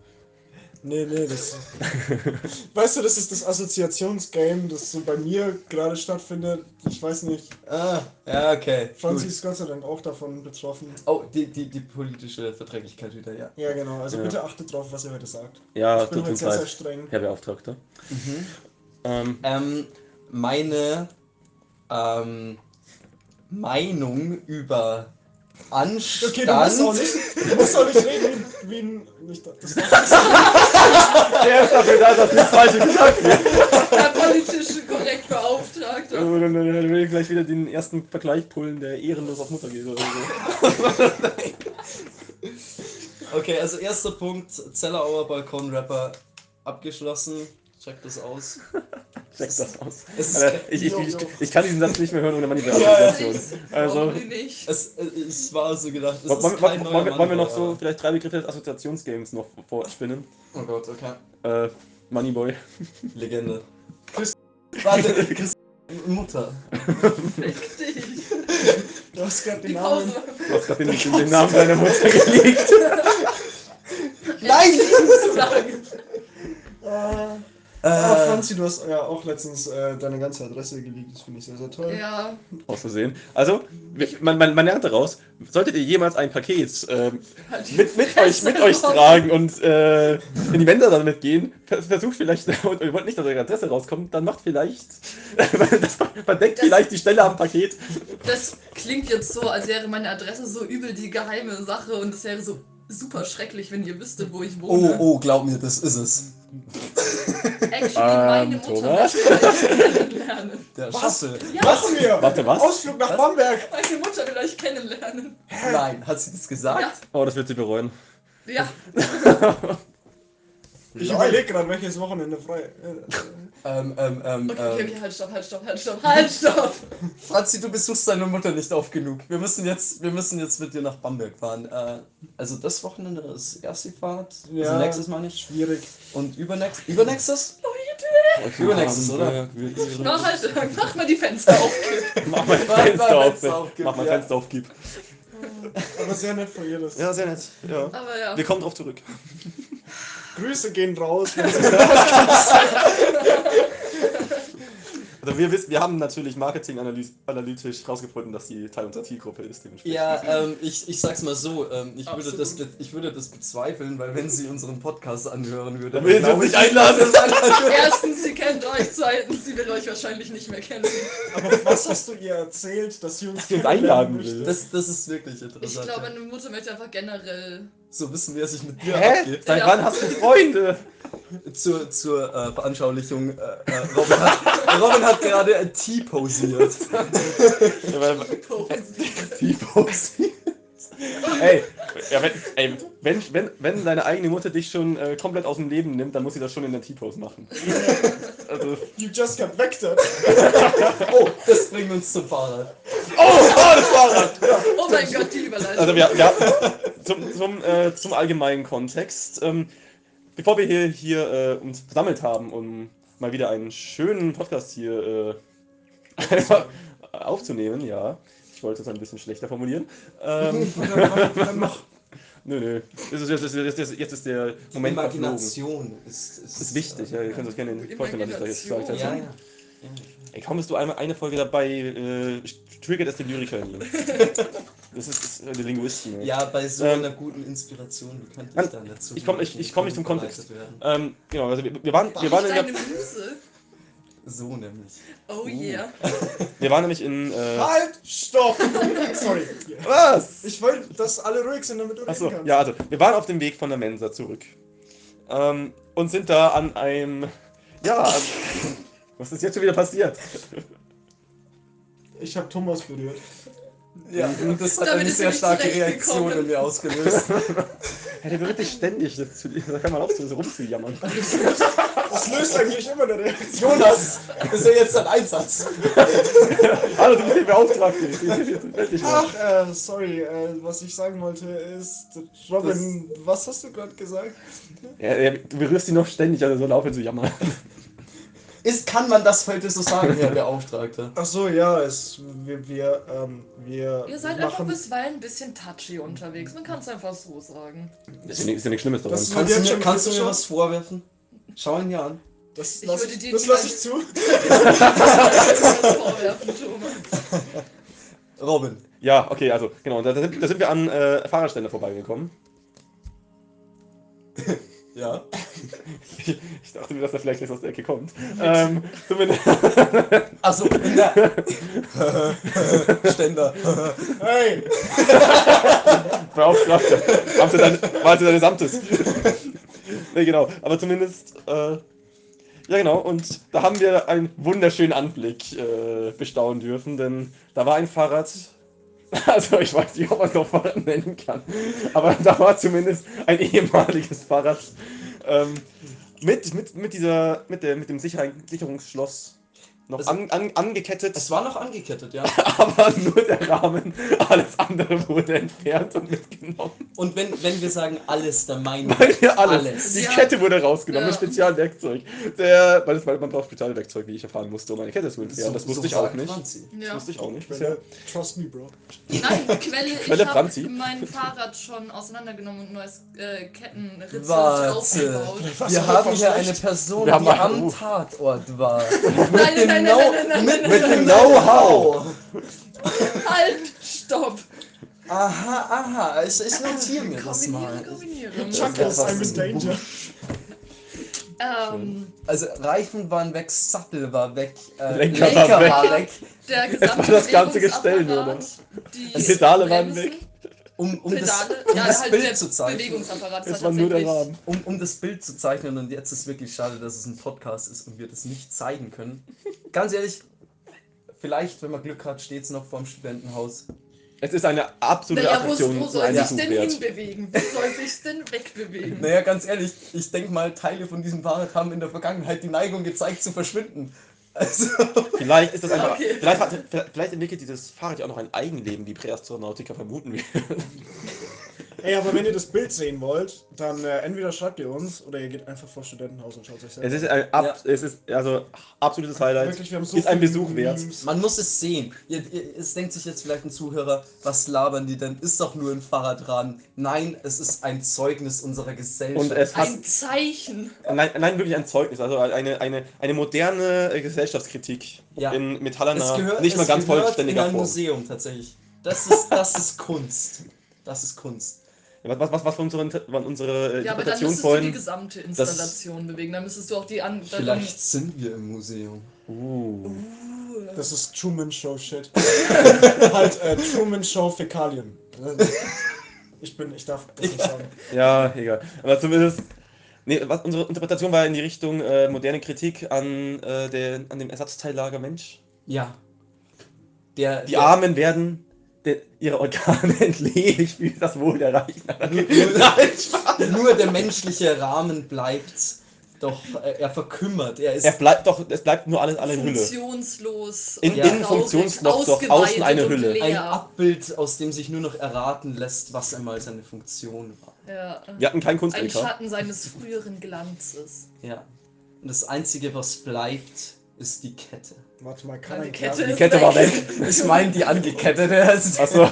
Nee, nee, das. weißt du, das ist das Assoziationsgame, das so bei mir gerade stattfindet. Ich weiß nicht.
ah, ja, okay.
Franzi
Gut.
ist Gott sei Dank auch davon betroffen.
Oh, die, die, die politische Verträglichkeit wieder, ja.
Ja, genau. Also
Ja.
bitte achtet drauf, was ihr heute sagt.
Ja,
ich bin
tut
heute
uns
sehr, sehr
leid,
streng.
Herr Beauftragter.
Mhm.
Ähm,
Ähm, meine ähm, Meinung über Anstand.
Okay, du musst, auch nicht, du musst auch nicht reden wie, wie ein. Nicht, das
der ist dafür da, dass nichts Falsches gesagt wird.
Der politische korrekt Beauftragte.
Also, dann, dann, dann will ich gleich wieder den ersten Vergleich pullen, der ehrenlos auf Mutter geht oder so.
Okay, also erster Punkt, Zellerauer Balkon-Rapper abgeschlossen. Check das aus.
Check das aus.
Es ist,
Aber ich, ich, ich, ich kann diesen Satz nicht mehr hören ohne meine
Ja,
Assoziation. Also,
Brauchen wir nicht.
Es, es war so gedacht, es
wollen,
ist kein
wollen,
neuer
wollen, wir-
Mann,
wollen wir noch
aber-
so vielleicht drei Begriffe des Assoziationsgames noch vorspinnen?
Oh Gott, okay.
Äh, (laughs) Moneyboy.
Legende.
(laughs)
Warte, Chris Mutter.
(laughs) Fick dich.
du hast gerade
Die
den Namen.
Pause.
Du hast gerade den, den, den Namen deiner Mutter gelegt.
Nein!
Zu lang.
Ah, ah,
Äh,
Franzi, du hast ja auch letztens äh, deine ganze Adresse gelegt. Das finde ich sehr, sehr toll.
(laughs) Ja.
(laughs) Aus Versehen. Also, wir- man, man, man lernt daraus, solltet ihr jemals ein Paket ähm, mit, (laughs) mit, euch, mit euch tragen und äh, in die Wände damit gehen, vers- versucht vielleicht, (laughs) und ihr wollt nicht, dass eure Adresse rauskommt, dann macht vielleicht, (laughs) das verdeckt
Das-
vielleicht die Stelle am Paket.
Das klingt jetzt so, als wäre meine Adresse so übel die geheime Sache und es wäre so super schrecklich, wenn ihr wüsstet, wo ich
oh,
wohne.
oh, glaub mir, das ist es.
Ähm,
Actually, meine Mutter
Thomas?
möchte euch kennenlernen.
Der
Was?
Schaffel.
Ja.
Machen wir!
Warte, was?
Ausflug nach
Was?
Bamberg!
Meine Mutter will euch kennenlernen.
Nein, hat sie das
Ja,
gesagt?
Oh, das wird sie bereuen.
ja.
Ich
Lol.
überlege gerade, welches Wochenende frei. Äh,
Ähm, ähm, ähm,
Okay, okay,
ähm.
okay, halt, stopp, halt, stopp, halt, stopp, halt, stopp.
Franzi, du besuchst deine Mutter nicht oft genug. Wir müssen jetzt, wir müssen jetzt mit dir nach Bamberg fahren. Äh, also das Wochenende ist erste Fahrt,
Ja.
also nächstes Mal nicht.
Schwierig.
Und übernächst, übernächstes? Übernächstes, oder?
Mach halt, mach mal die Fenster auf.
Mach mal
Mach mal
Fenster auf.
Fenster auf, gib,
Mach mal
ja.
Fenster auf, gib.
Aber sehr nett von ihr das.
Ja, sehr nett. Ja.
Aber ja.
Wir kommen drauf zurück.
Grüße gehen raus.
Also wir wissen, wir haben natürlich marketinganalytisch herausgefunden, dass die Teil unserer Zielgruppe ist. Dementsprechend.
Ja, ähm, ich, ich sag's mal so, ähm, ich, würde
Absolut.
das, be- ich würde das bezweifeln, weil wenn sie unseren Podcast anhören würde,
Dann will sie
glaub
uns
ich,
nicht einladen.
dass (laughs) das-
Erstens, sie kennt euch, zweitens, sie will euch wahrscheinlich nicht mehr kennen.
Aber was hast du ihr erzählt, dass sie uns
Dass sie uns
kennenlernen
einladen
möchte?
will.
Das, das ist wirklich
Ich
interessant.
glaube,
ja.
meine Mutter möchte
(laughs)
einfach generell.
so wissen wir, was ich mit dir
Hä?
abgeht.
Seit
Ja.
wann hast du Freunde?
Zur, zur äh, Veranschaulichung, äh, äh, Robin hat, (laughs) Robin hat gerade ein T posiert.
(laughs) Ja, weil-
Oh.
Posen.
Die Pussy. Ey, ja, wenn, ey wenn, wenn, wenn deine eigene Mutter dich schon äh, komplett aus dem Leben nimmt, dann muss sie das schon in der T-Pose machen. Also,
You just got vectored.
Oh, das bringt uns zum Fahrrad.
(laughs)
oh,
Oh mein Gott, die Überleitung.
also wir, wir (laughs) zum, zum, äh, zum allgemeinen Kontext. Ähm, bevor wir hier, hier äh, uns versammelt haben, um mal wieder einen schönen Podcast hier äh, (laughs) einfach aufzunehmen, ja. Ich wollte es ein bisschen schlechter formulieren.
(laughs)
Ähm,
dann, dann mach.
nö, nö. Jetzt ist, jetzt, ist- jetzt, ist- jetzt ist der Moment verflogen.
Imagination ist, ist,
Das ist wichtig, ja, ihr könnt das gerne vorstellen, was ich da jetzt gesagt
Imagination.
habe.
Ja, ja. ja.
Ey, kaum bist du einmal eine Folge dabei, äh, triggert es den Lyriker
(laughs)
in ihm. Das ist, ist äh, der Linguisten. ey.
Ja, bei so
Ähm,
einer guten Inspiration, wie kann ich
Mann,
dann dazu
ich komm- ich- ich komm nicht zum
vorbereitet
Kontext.
werden?
Ähm, genau, also wir, wir, waren, wir,
War
waren
ich
in
deine
der,
Muse?
So nämlich.
Uh.
Oh yeah.
wir waren nämlich in. Äh,
Halt, stopp! Sorry.
was?
Ich wollte, dass alle ruhig sind, damit du
Achso,
reden kannst.
ja, also wir waren auf dem Weg von der Mensa zurück. Ähm, und sind da an einem. (laughs) Ja, also, was ist jetzt schon wieder passiert?
Ich habe Thomas berührt.
Ja, und das hat
Damit
eine
ist
sehr
sie nicht
starke
zurechtgekommen.
Reaktion in mir ausgelöst. (laughs)
Ja, der berührt dich ständig, das zu, da kann man auch so so rumzujammern.
Das löst eigentlich immer eine Reaktion.
Jonas, ist ja jetzt dein Einsatz.
(laughs) Hallo, du bist der Beauftragte. Ich- (laughs) ich- ich- ich-
Ach, äh, sorry, äh, was ich sagen wollte ist, Robin, was hast du gerade gesagt?
Ja, ja, du berührst ihn noch ständig, also soll aufhören zu jammern.
Ist, kann man das heute so sagen, Herr Beauftragter?
Ach so, ja, es, wir, wir, ähm, wir
Ihr seid einfach
machen...
bisweilen ein bisschen touchy unterwegs. Man kann es einfach so sagen.
(laughs) Das ist ja nichts Schlimmes daran.
Das ist-
Kannst du
jetzt
mir,
schon
kannst du mir
schon-
was vorwerfen? Schau ihn hier an.
das
Ich
lass
würde
ich,
dir
das
die-
lass ich zu.
Das vorwerfen, Thomas.
Robin.
Ja, okay, also genau. Da, da, sind, da sind wir an äh, Fahrradständer vorbeigekommen. (laughs)
Ja.
Ich, ich dachte mir, dass er vielleicht jetzt aus der Ecke kommt. Ähm, zumindest, Also,
(laughs) Achso, in der. Ständer.
Hey,
Beauftragter. (laughs) Amte dein- Walte deines Amtes. (laughs) nee, genau. Aber zumindest, äh, ja genau. Und da haben wir einen wunderschönen Anblick äh, bestaunen dürfen, denn da war ein Fahrrad. (laughs) Also ich weiß nicht, ob man es noch Fahrrad nennen kann. Aber da war zumindest ein ehemaliges Fahrrad. Ähm, mit, mit, mit, dieser, mit, der, mit dem Sicherung, Sicherungsschloss noch
Also-
an, an, angekettet.
Es war noch angekettet, ja.
(laughs) Aber nur der Rahmen, alles andere wurde entfernt und mitgenommen.
Und wenn, wenn wir sagen alles, dann meinen
(laughs) Weil wir alles.
Alles.
Die
Ja.
Kette wurde rausgenommen,
Ja.
das Spezialwerkzeug. Der, weil es, weil man braucht Spezialwerkzeug, wie ich erfahren musste, um eine Kette zu entfernen. das wusste ich auch
sagt
nicht.
Franzi.
Das
Ja.
wusste ich auch nicht bisher.
Quelle, trust me, bro.
Nein, Quelle,
Quelle
ich habe
Franzi.
mein Fahrrad schon auseinandergenommen und neues äh, Kettenritzel
Warte.
draufgebaut.
(laughs)
Was,
Wir
du
haben hier
verschlecht?
eine Person, die
Wir haben einen
am
Ruf.
Tatort
(laughs)
war.
Nein, nein, nein, nein,
Know-
nein, nein,
mit,
nein,
mit
nein,
dem
nein.
Know-how.
Halt, stopp.
Aha, aha. Ich, ich notiere mir das
Kombinieren,
mal.
kombinieren.
Chuck.
Chuckles,
Das ist
I'm in
ein
danger.
Ähm,
Also Reifen waren weg, Sattel war weg, äh,
Lenker war
Lenker, war weg.
der gesamte
Das ganze Gestell nur
Bewegungsapparat, Die
Die Pedale waren
Bremsen,
weg.
Um, um das,
Pedale,
um
ja,
das
halt der
Bild zu zeichnen.
Bewegungsapparat.
Es war nur der
tatsächlich-
Rahmen.
Um, um das Bild zu zeichnen. Und jetzt ist wirklich schade, dass es ein Podcast ist und wir das nicht zeigen können. Ganz ehrlich, vielleicht, wenn man Glück hat, steht es noch vorm Studentenhaus.
Es ist eine absolute
Naja, wo,
Attraktion.
wo
zu
soll
einem
sich
Besuch
denn
wert.
hinbewegen? Wo soll sich denn wegbewegen?
Naja, ganz ehrlich, ich denke mal, Teile von diesem Fahrrad haben in der Vergangenheit die Neigung gezeigt, zu verschwinden. Also,
Vielleicht ist das einfach.
Okay.
Vielleicht, hat, vielleicht entwickelt dieses Fahrrad ja auch noch ein Eigenleben, die Präastronautiker vermuten wir.
Ey, aber wenn ihr das Bild sehen wollt, dann äh, entweder schreibt ihr uns oder ihr geht einfach vor Studentenhaus und schaut euch
Es
selbst
ist ein ab, es ist also absolutes Highlight.
Wirklich, wir haben so
ist ein
viele
Besuch wert.
Memes.
man muss es sehen. Ihr- ihr- Es denkt sich jetzt vielleicht ein Zuhörer, was labern die denn? Ist doch nur ein Fahrradrahmen. Nein, es ist ein Zeugnis unserer Gesellschaft.
Und es hat
Ein Zeichen.
nein, nein, wirklich ein Zeugnis, also eine, eine, eine moderne äh, Gesellschaftskritik
Ja.
in
Es
Metallerner,
gehört,
nicht mal
es
ganz
gehört in
vollständiger
ein
Form.
Museum tatsächlich. Das ist, das ist Kunst. Das ist Kunst.
Was, was, was, was war unsere, Inter- waren unsere äh,
Ja, aber dann
Interpretation
müsstest du die
vorhin?
gesamte Installation bewegen. Dann müsstest du auch die an. dann-
Vielleicht sind wir im Museum.
Uh.
Das ist Truman Show Shit.
(laughs)
halt äh, Truman Show Fäkalien. Ich bin, ich darf das nicht sagen.
Ja, egal. Aber zumindest. Nee, was, unsere Interpretation war in die Richtung äh, moderne Kritik an, äh, der, an dem Ersatzteillager Mensch.
Ja. Der,
Die
der, (laughs)
Armen werden de, ihre Organe (laughs) entledigt, wie wir das Wohl erreichen.
Nur, nur,
Nein, Spaß.
nur der menschliche Rahmen bleibt. Doch äh, er verkümmert. Er ist.
Er bleibt doch, es bleibt nur alles eine Hülle.
Funktionslos.
In-
und
innen
traurig,
funktionslos, doch außen eine
ausgeweitet und
Hülle.
leer.
ein Abbild, aus dem sich nur noch erraten lässt, was einmal seine Funktion war.
Ja.
Wir hatten keinen
Ein
Kunst-LK.
Schatten seines früheren Glanzes.
Ja. Und das Einzige, was bleibt, ist die Kette.
Warte mal, kann
Eine
ein
Kette.
Die
Kerl-
Kette war weg.
Ich meine die angekettete. also
Achso.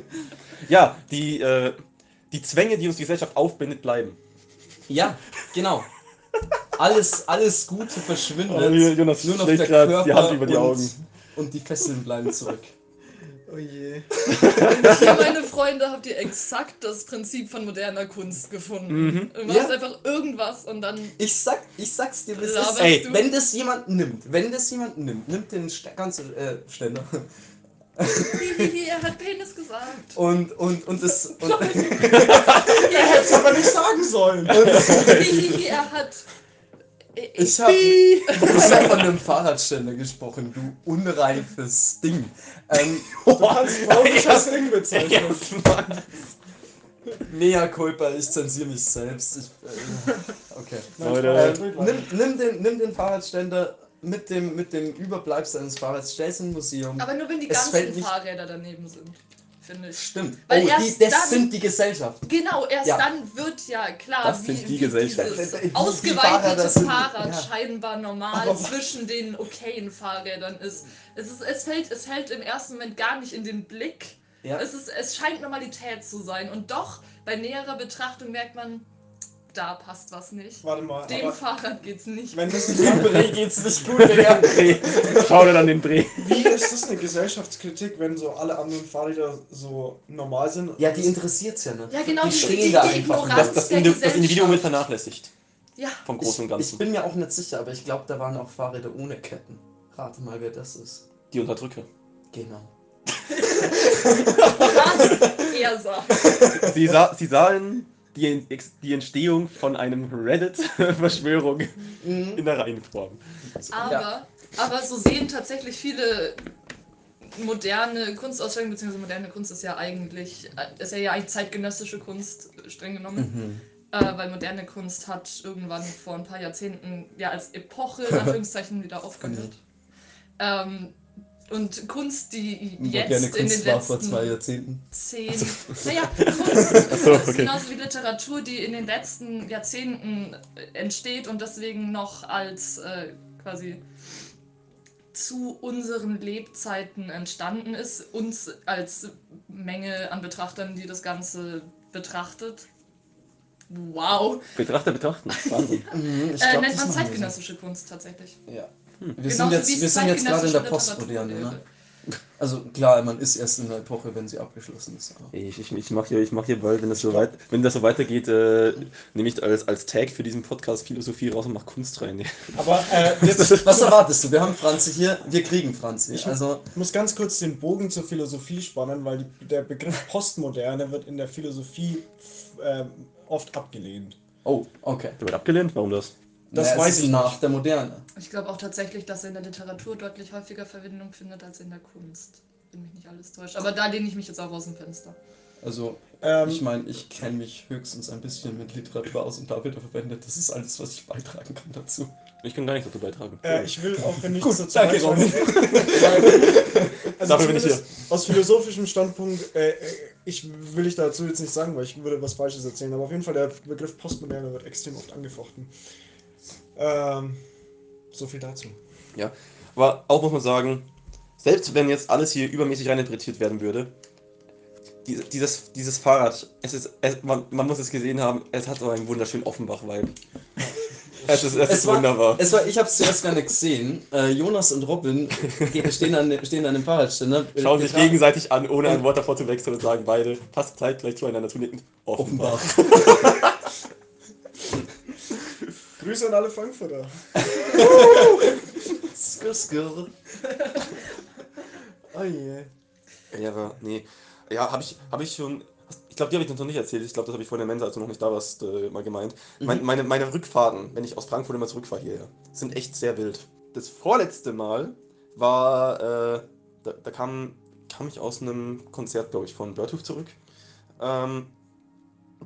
(laughs) Ja, die, äh, die Zwänge, die uns die Gesellschaft aufbindet, bleiben.
Ja, genau. Alles, alles Gute verschwindet.
Oh, Jonas
nur noch
schlägt
der
grad
Körper
die Hand über die
und,
Augen.
und die Fesseln bleiben zurück.
Oh je.
Hier, meine Freunde, habt ihr exakt das Prinzip von moderner Kunst gefunden.
Mhm.
Du
Ja.
machst einfach irgendwas und dann
Ich, sag, ich sag's dir, wie es
laberst
ist.
Ey,
du.
Wenn das jemand nimmt, wenn das jemand nimmt, nimmt den St ganzen äh, Ständer
Hihihi, er hat Penis
(laughs)
gesagt.
und, und, und das. Und,
(laughs)
Er hätte es aber nicht sagen
(laughs)
sollen.
Hihihi, er hat.
ich habe (laughs) ich hab von einem Fahrradständer gesprochen, du unreifes Ding.
(laughs)
Ähm,
Du kannst
(laughs) Ja.
das Ding bezeichnen.
mea culpa, ich zensiere mich selbst. Ich, äh, okay.
Nein,
Leute.
Spaß,
Äh,
das Bild war
nimm, nimm, den, nimm den Fahrradständer mit dem, mit dem Überbleibsel eines Fahrrads, stell's in ein Museum.
Aber nur wenn die
Es fällt
ganzen
nicht-
Fahrräder daneben sind, finde ich.
Stimmt.
Weil
oh, die,
erst
das
dann-
sind die Gesellschaft.
Genau, erst
Ja.
dann wird ja klar,
Das sind die Gesellschaft.
dieses
Wie (laughs) die Fahrräder
ausgeweitetes
sind.
Fahrrad
Ja.
scheinbar normal
Aber-
zwischen den okayen Fahrrädern ist. Es, ist es, fällt, es fällt im ersten Moment gar nicht in den Blick.
Ja.
Es, ist, es scheint Normalität zu sein. Und doch, bei näherer Betrachtung merkt man, da passt was nicht.
Warte mal,
Dem
aber
Fahrrad geht's nicht.
wenn das nicht
Dreh geht's nicht gut, Digga.
Dreh. Schau dir an den Dreh.
Wie ist das eine Gesellschaftskritik, wenn so alle anderen Fahrräder so normal sind?
Ja, die interessiert's ja nicht.
Ja, genau,
die
die-
stehen
die-
da
die
einfach. ne?
Ignoranz.
Das, das,
der
Indi das Individuum
Gesellschaft.
wird vernachlässigt.
Ja,
Vom
ich,
Großen und Ganzen.
ich bin mir auch nicht sicher, aber ich glaube, da waren auch Fahrräder ohne Ketten. Rate mal, wer das ist.
Die Unterdrücke.
Genau.
was er
(laughs)
sagt.
Sie, sa sie sahen die, Ent- Ex- die Entstehung von einem Reddit-Verschwörung in
Mhm.
der Reihenform.
Aber,
Ja.
aber so sehen tatsächlich viele moderne Kunstausstellungen, beziehungsweise moderne Kunst ist ja eigentlich, äh, ist ja, ja eigentlich zeitgenössische Kunst, äh, streng
Mhm.
Mhm.
genommen. Äh, weil moderne Kunst hat irgendwann vor ein paar Jahrzehnten ja als Epoche
(laughs)
in Anführungszeichen wieder aufgehört.
Mhm.
Ähm, und Kunst, die jetzt in den letzten
Jahrzehnten.
zehn. (laughs) Naja,
Also,
Kunst,
(laughs) Ach so,
Kunst
okay.
genauso wie Literatur, die in den letzten Jahrzehnten äh, entsteht und deswegen noch als äh, quasi zu unseren Lebzeiten entstanden ist, uns als Menge an Betrachtern, die das Ganze betrachtet. Wow.
Betrachter betrachten. Wahnsinn.
Mhm, ich
Äh,
glaub,
nennt
das
man
machen wir
zeitgenössische Kunst tatsächlich.
so. Ja. Wir sind
Genauso
jetzt,
wie es
wir sind jetzt gerade in der
zeitgenössische
Postmoderne. Ne?
Literatur
Also klar, man ist erst in der Epoche, wenn sie abgeschlossen ist. Aber
Ich, ich, ich mache hier, ich mach hier bald, wenn das so, weit, wenn das so weitergeht, äh, nehme ich als, als Tag für diesen Podcast Philosophie raus und mache Kunst rein.
Aber äh, jetzt
Was erwartest du? Wir haben Franzi hier, wir kriegen Franzi.
Ich-
Also,
Ich muss ganz kurz den Bogen zur Philosophie spannen, weil die, der Begriff Postmoderne wird in der Philosophie ähm, oft abgelehnt.
oh, okay.
Der wird abgelehnt, warum das?
Das
es
weiß
ist
ich
nach der Moderne.
Ich glaube auch tatsächlich, dass er in der Literatur deutlich häufiger Verwendung findet als in der Kunst. wenn mich nicht alles täuscht. Aber da lehne ich mich jetzt auch aus dem Fenster.
Also,
Ähm,
ich meine, ich kenne mich höchstens ein bisschen mit Literatur aus und da wird er verwendet. Das ist alles, was ich beitragen kann dazu.
Ich kann gar nichts dazu beitragen.
Äh, ich will
(laughs)
auch, wenn ich
Gut,
dazu
danke,
beitragen
Robin. (laughs)
will- also
Dafür bin ich
zumindest Aus philosophischem Standpunkt, äh, äh, ich will ich dazu jetzt nicht sagen, weil ich würde was Falsches erzählen, aber auf jeden Fall der Begriff Postmoderne wird extrem oft angefochten. Ähm, so viel dazu.
Ja, aber auch muss man sagen, selbst wenn jetzt alles hier übermäßig reininterpretiert werden würde, die- dieses, dieses Fahrrad, es ist, es, man, man muss es gesehen haben, es hat so einen wunderschönen Offenbach-Vibe. es ist, es ist
war, (laughs)
wunderbar.
Es war, ich habe es zuerst gar nicht gesehen. Äh, Jonas und Robin ge- stehen an, stehen an dem Fahrradständer.
Schauen sich gegenseitig an, ohne ein
Und-
Wort davor zu wechseln und sagen beide, fast zeitgleich zueinander zunickend, Offenbach.
Offenbar.
Grüße an alle Frankfurter.
Skr, skr.
Oh yeah.
Ja, aber nee. Ja, habe ich, hab ich schon. Ich glaube, die habe ich noch nicht erzählt. Ich glaube, das habe ich vor der Mensa, als du noch nicht da warst, äh, mal gemeint. Mein, meine, meine Rückfahrten, wenn ich aus Frankfurt immer zurückfahre hierher, sind echt sehr wild. Das vorletzte Mal war, äh, da, da kam, kam ich aus einem Konzert, glaube ich, von Börthof zurück. Ähm,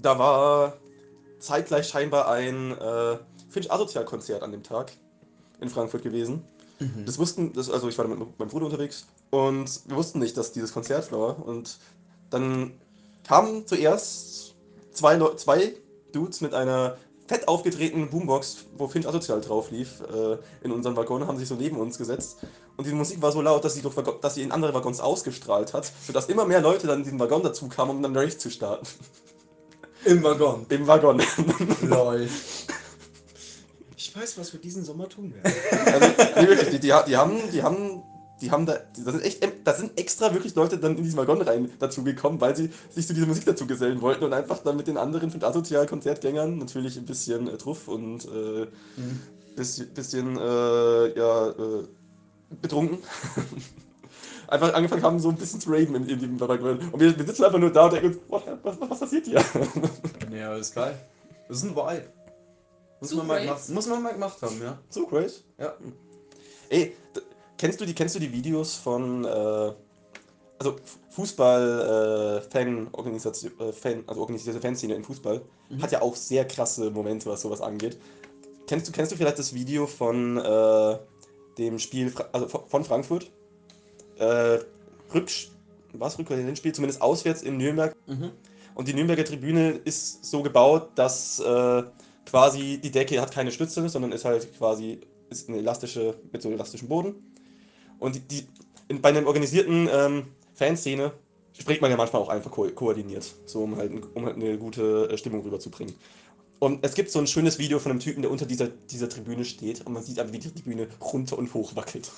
da war zeitgleich scheinbar ein äh, Finch-Asozial-Konzert an dem Tag in Frankfurt gewesen. Das wussten, das, also ich war mit meinem Bruder unterwegs und wir wussten nicht, dass dieses Konzert war. Und dann kamen zuerst zwei, Leu zwei Dudes mit einer fett aufgetretenen Boombox, wo Finch asozial drauf lief, äh, in unseren Waggon, haben sich so neben uns gesetzt. Und die Musik war so laut, dass sie, durch Waggon, dass sie in andere Waggons ausgestrahlt hat, sodass immer mehr Leute dann in diesen Waggon dazu kamen, um dann Race zu starten.
Im Waggon.
Im Waggon.
Lol.
Ich weiß, was wir diesen Sommer
(laughs)
tun werden.
Also, nee, wirklich, die, die, ha- die haben, die haben, die haben da, die, das sind echt, da sind extra wirklich Leute dann in diesen Waggon rein dazu gekommen, weil sie sich zu dieser Musik dazu gesellen wollten und einfach dann mit den anderen fünf asozial Konzertgängern natürlich ein bisschen äh, Truff und äh, bisschen, bisschen äh, ja, äh, betrunken. (laughs) Einfach angefangen haben, so ein bisschen zu raven in, in dem Waggon. Und wir, wir sitzen einfach nur da und denken uns, what, was, was passiert hier?
Ja, ist geil. Das ist ein Vibe. Muss
Zu
man, mal
brave.
gemacht, muss man mal gemacht haben, ja.
So great.
Ja.
Ey, d- kennst du die, kennst du die Videos von äh, also F- Fußball äh, Fan Organisation äh, Fan, also organisierte Fanszene im Fußball hat ja auch sehr krasse Momente, was sowas angeht. Kennst du kennst du vielleicht das Video von äh, dem Spiel Fra- also von- von Frankfurt? Äh, Rücksch was Rückkehr Hinspiel zumindest auswärts in Nürnberg
Mhm.
und die Nürnberger Tribüne ist so gebaut, dass äh, quasi die Decke hat keine Stütze, sondern ist halt quasi ist eine elastische, mit so einem elastischen Boden. Und die, die, in, bei einer organisierten ähm, Fanszene spricht man ja manchmal auch einfach ko koordiniert, so um halt, um halt eine gute äh, Stimmung rüberzubringen. Und es gibt so ein schönes Video von einem Typen, der unter dieser, dieser Tribüne steht und man sieht einfach, wie die Tribüne runter und hoch wackelt.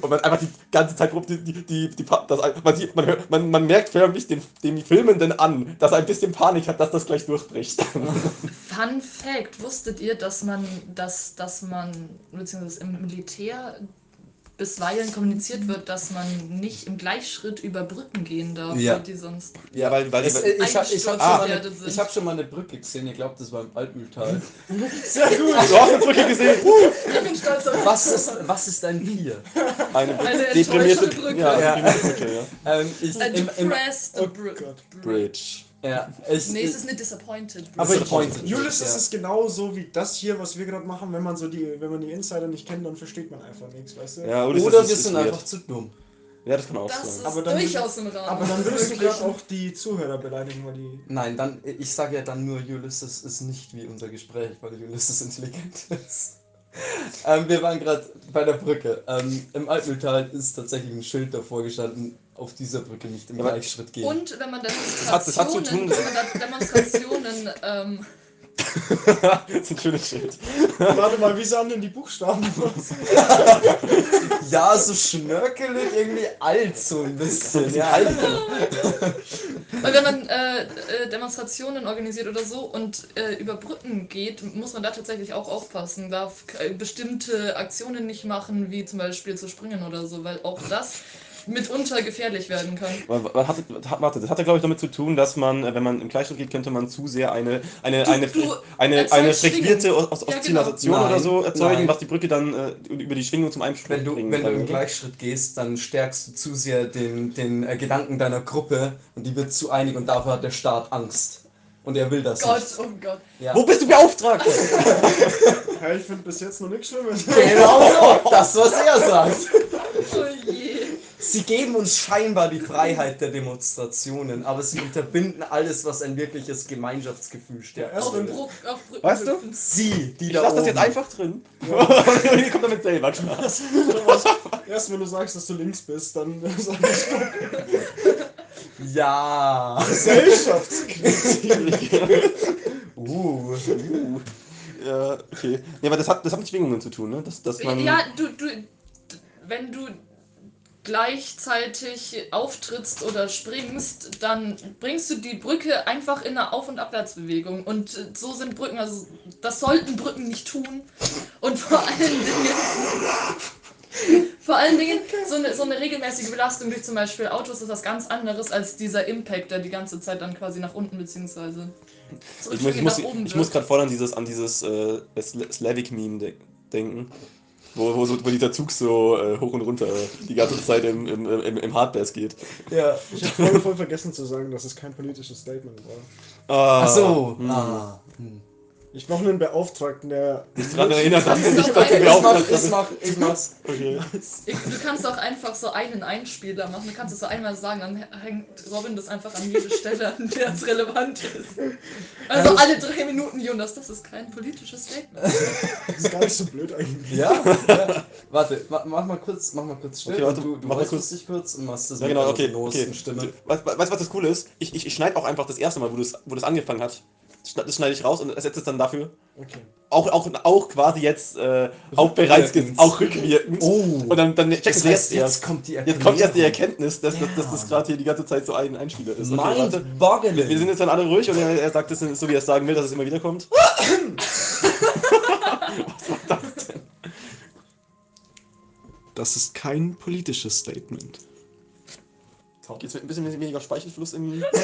Und man einfach die ganze Zeit rum, die, die, die, die, Pa- das, ein- man, sieht, man, hört, man, man merkt förmlich den, den Filmenden an, dass er ein bisschen Panik hat, dass das gleich durchbricht.
Fun Fact: Wusstet ihr, dass man, dass, dass man, beziehungsweise im Militär bisweilen kommuniziert wird, dass man nicht im Gleichschritt über Brücken gehen darf,
Ja.
weil die sonst.
ja, weil, weil
Ich, ich, ich, hab- ich habe
Ah.
schon, mal eine- ich hab schon mal eine Brücke gesehen, ihr glaubt, das war im Altmühltal.
Sehr gut.
du hast eine Brücke gesehen. Uh,
Ich bin stolz auf
Was ist, was ist ein Bier?
eine
Eine
deprimierte
enttäuschte Brücke.
Ja,
Ja.
deprimierte Brücke, ja.
Ähm, ich,
A
im, im,
depressed
Oh
bri-
Gott.
bri-
Bridge.
ja, ich,
Nee, es ist eine disappointed bri-
aber ich
Disappointed.
Julius
ja.
ist es genauso wie das hier, was wir gerade machen. Wenn man so die, wenn man die Insider nicht kennt, dann versteht man einfach nichts, weißt du?
Ja, Ulysses
Oder
ist-
wir
ist
sind
weird.
einfach zu dumm.
Ja, das kann auch
Das ist
sein.
Aber dann-
durchaus im Rahmen.
Aber dann würdest du
Wirklich.
gerade auch die Zuhörer beleidigen, weil die.
Nein, dann, ich sage ja dann nur, Ulysses ist nicht wie unser Gespräch, weil Ulysses intelligent ist. ähm, wir waren gerade bei der Brücke. Ähm, Im Altmühltal ist tatsächlich ein Schild davor gestanden, auf dieser Brücke nicht im
Aber-
Gleichschritt gehen.
Und wenn man
hat- das hat zu
Demonstrationen,
tun-
wenn man da Demonstrationen ähm,
(laughs) das ist ein schönes Schild.
Warte mal, wie sahen denn die Buchstaben aus?
ja, so schnörkelig, irgendwie alt so ein bisschen.
bisschen
ja,
Weil wenn man äh, äh, Demonstrationen organisiert oder so und äh, über Brücken geht, muss man da tatsächlich auch aufpassen, äh, darf k- bestimmte Aktionen nicht machen, wie zum Beispiel zu springen oder so, weil auch das mitunter gefährlich werden kann.
Man, man hat, hat, warte, das hatte, glaube ich, damit zu tun, dass man, äh, wenn man im Gleichschritt geht, könnte man zu sehr eine, eine, eine,
du äh,
eine,
erzeugst
eine frequentierte
Schwingung.
Os- Os-
Ja, genau.
Oszillation
Nein,
oder so erzeugen,
nein.
was die Brücke dann äh, über die Schwingung zum Einsprung
Wenn du,
bringen
wenn du
kann.
im
oder?
Gleichschritt gehst, dann stärkst du zu sehr den, den äh, Gedanken deiner Gruppe und die wird zu einig und dafür hat der Staat Angst. Und er will das
Gott,
nicht.
oh Gott.
Ja.
Wo bist du
(laughs)
beauftragt?
Ja, ich finde bis jetzt noch nichts Schlimmes. (laughs)
Genau
(laughs)
so, das, was er sagt.
Oh je.
Sie geben uns scheinbar die Freiheit der Demonstrationen, aber sie unterbinden alles, was ein wirkliches Gemeinschaftsgefühl stärkt.
erst
Auf
wenn-
Bru auf Brücken.
Weißt du?
Sie, die
Ich
da
lasse das
oben.
jetzt einfach drin. (laughs) Und ihr kommt damit selber klar.
(laughs)
Erst wenn du sagst, dass du links bist, dann sag ich
Ja.
Gesellschaftskritik.
Uh.
Uh. (laughs) Ja, okay. Nee, aber das hat, das hat mit Schwingungen zu tun, ne? Dass, dass man,
Ja, du, du, d- wenn du gleichzeitig auftrittst oder springst, dann bringst du die Brücke einfach in eine Auf- und Abwärtsbewegung. Und äh, so sind Brücken, also das sollten Brücken nicht tun. Und vor allen Dingen, vor allen Dingen so, eine, so eine regelmäßige Belastung durch zum Beispiel Autos ist was ganz anderes als dieser Impact, der die ganze Zeit dann quasi nach unten beziehungsweise
ich muss, ich
zurückschwingt
muss,
nach
ich
oben ne?
muss,
wirkt.
gerade vorhin an dieses, an dieses äh, Sl- Slavic-Meme de denken. Wo, wo, so, wo dieser Zug so äh, hoch und runter die ganze Zeit im, im, im, im Hardbass geht.
Ja.
Ich habe voll, voll vergessen zu sagen, dass es kein politisches Statement war.
Ah,
Ach so.
hm.
Ah. Hm.
Ich brauche einen Beauftragten, der.
Ich dran erinnert, dass ich dass du
Ich
mir
Ich, mach,
aufgehört
ich,
hast.
mach, ich mach's.
Okay.
Ich- Du kannst auch einfach so einen Einspieler machen. Du kannst es so einmal sagen, dann hängt Robin das einfach an jede Stelle, an der es relevant ist. Also alle drei Minuten, Jonas, das ist kein politisches Statement.
Das ist gar nicht so blöd eigentlich.
Ja? (laughs) ja. Warte, ma- mach mal kurz, mach mal kurz still.
Okay, warte,
du du
mach mal
räusperst
kurz.
dich kurz und machst das
Ja, genau,
der
okay.
losen
okay.
Stimme.
Weißt weißt du, was das Coole ist? Ich, ich, ich schneide auch einfach das erste Mal, wo das, wo das angefangen hat. schneid- Das schneide ich raus und ersetze es dann dafür.
Okay.
Auch, auch, auch quasi jetzt, äh, auch bereits, ge-
Rückwirkend.
auch rückwirkend.
Oh.
Und dann, dann checken
Das
wir jetzt
heißt, jetzt
erst.
kommt die
Jetzt kommt erst die
Erklärung.
Erkenntnis, dass, dass, dass das
Ja.
gerade hier die ganze Zeit so ein Einspieler ist. Okay, warte.
Mind
Wir sind
boggling.
jetzt dann alle ruhig und er, er sagt es so, wie er es sagen will, dass es immer wieder kommt.
Das ist kein politisches Statement.
Geht's mit ein bisschen weniger Speichelfluss im. (laughs)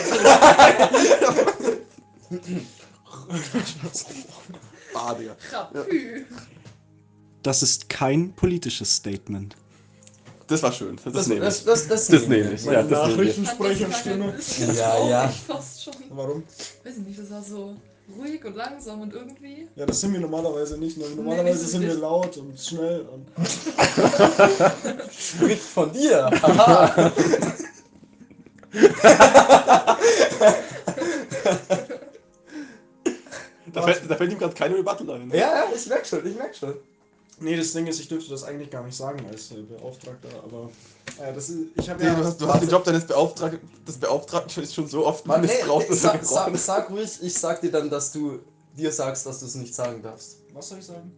ah, Digga.
Rapü.
Das ist kein politisches Statement.
Das war schön. Das,
Das,
nehme
das,
ich.
das, das,
Das nehme ich. Ja,
Meine
das nehme ich.
Nachrichtensprecherstimme.
Ja,
Ja,
ja.
ja. fast schon.
Warum?
Weiß ich nicht, das war so ruhig und langsam und irgendwie.
Ja, das sind wir normalerweise nicht. Ne?
Nee,
Normalerweise
das ist
sind wir
nicht.
laut und schnell. Und
spricht von dir. Aha.
Da fällt, da fällt ihm gerade keine Rebuttal ein.
ja, ja, ich merk schon, ich merk schon.
nee, das Ding ist, ich dürfte das eigentlich gar nicht sagen als äh, Beauftragter, aber äh, das ist, ich habe
Nee, du
ja,
hast, du hast den Job deines Beauftragten, des Beauftragten schon, schon so oft
Mann, hey,
missbraucht.
hey,
dass er
sag,
gebrochen
sag,
ist.
sag ruhig, ich sag dir dann, dass du dir sagst, dass du es nicht sagen darfst.
was soll ich sagen?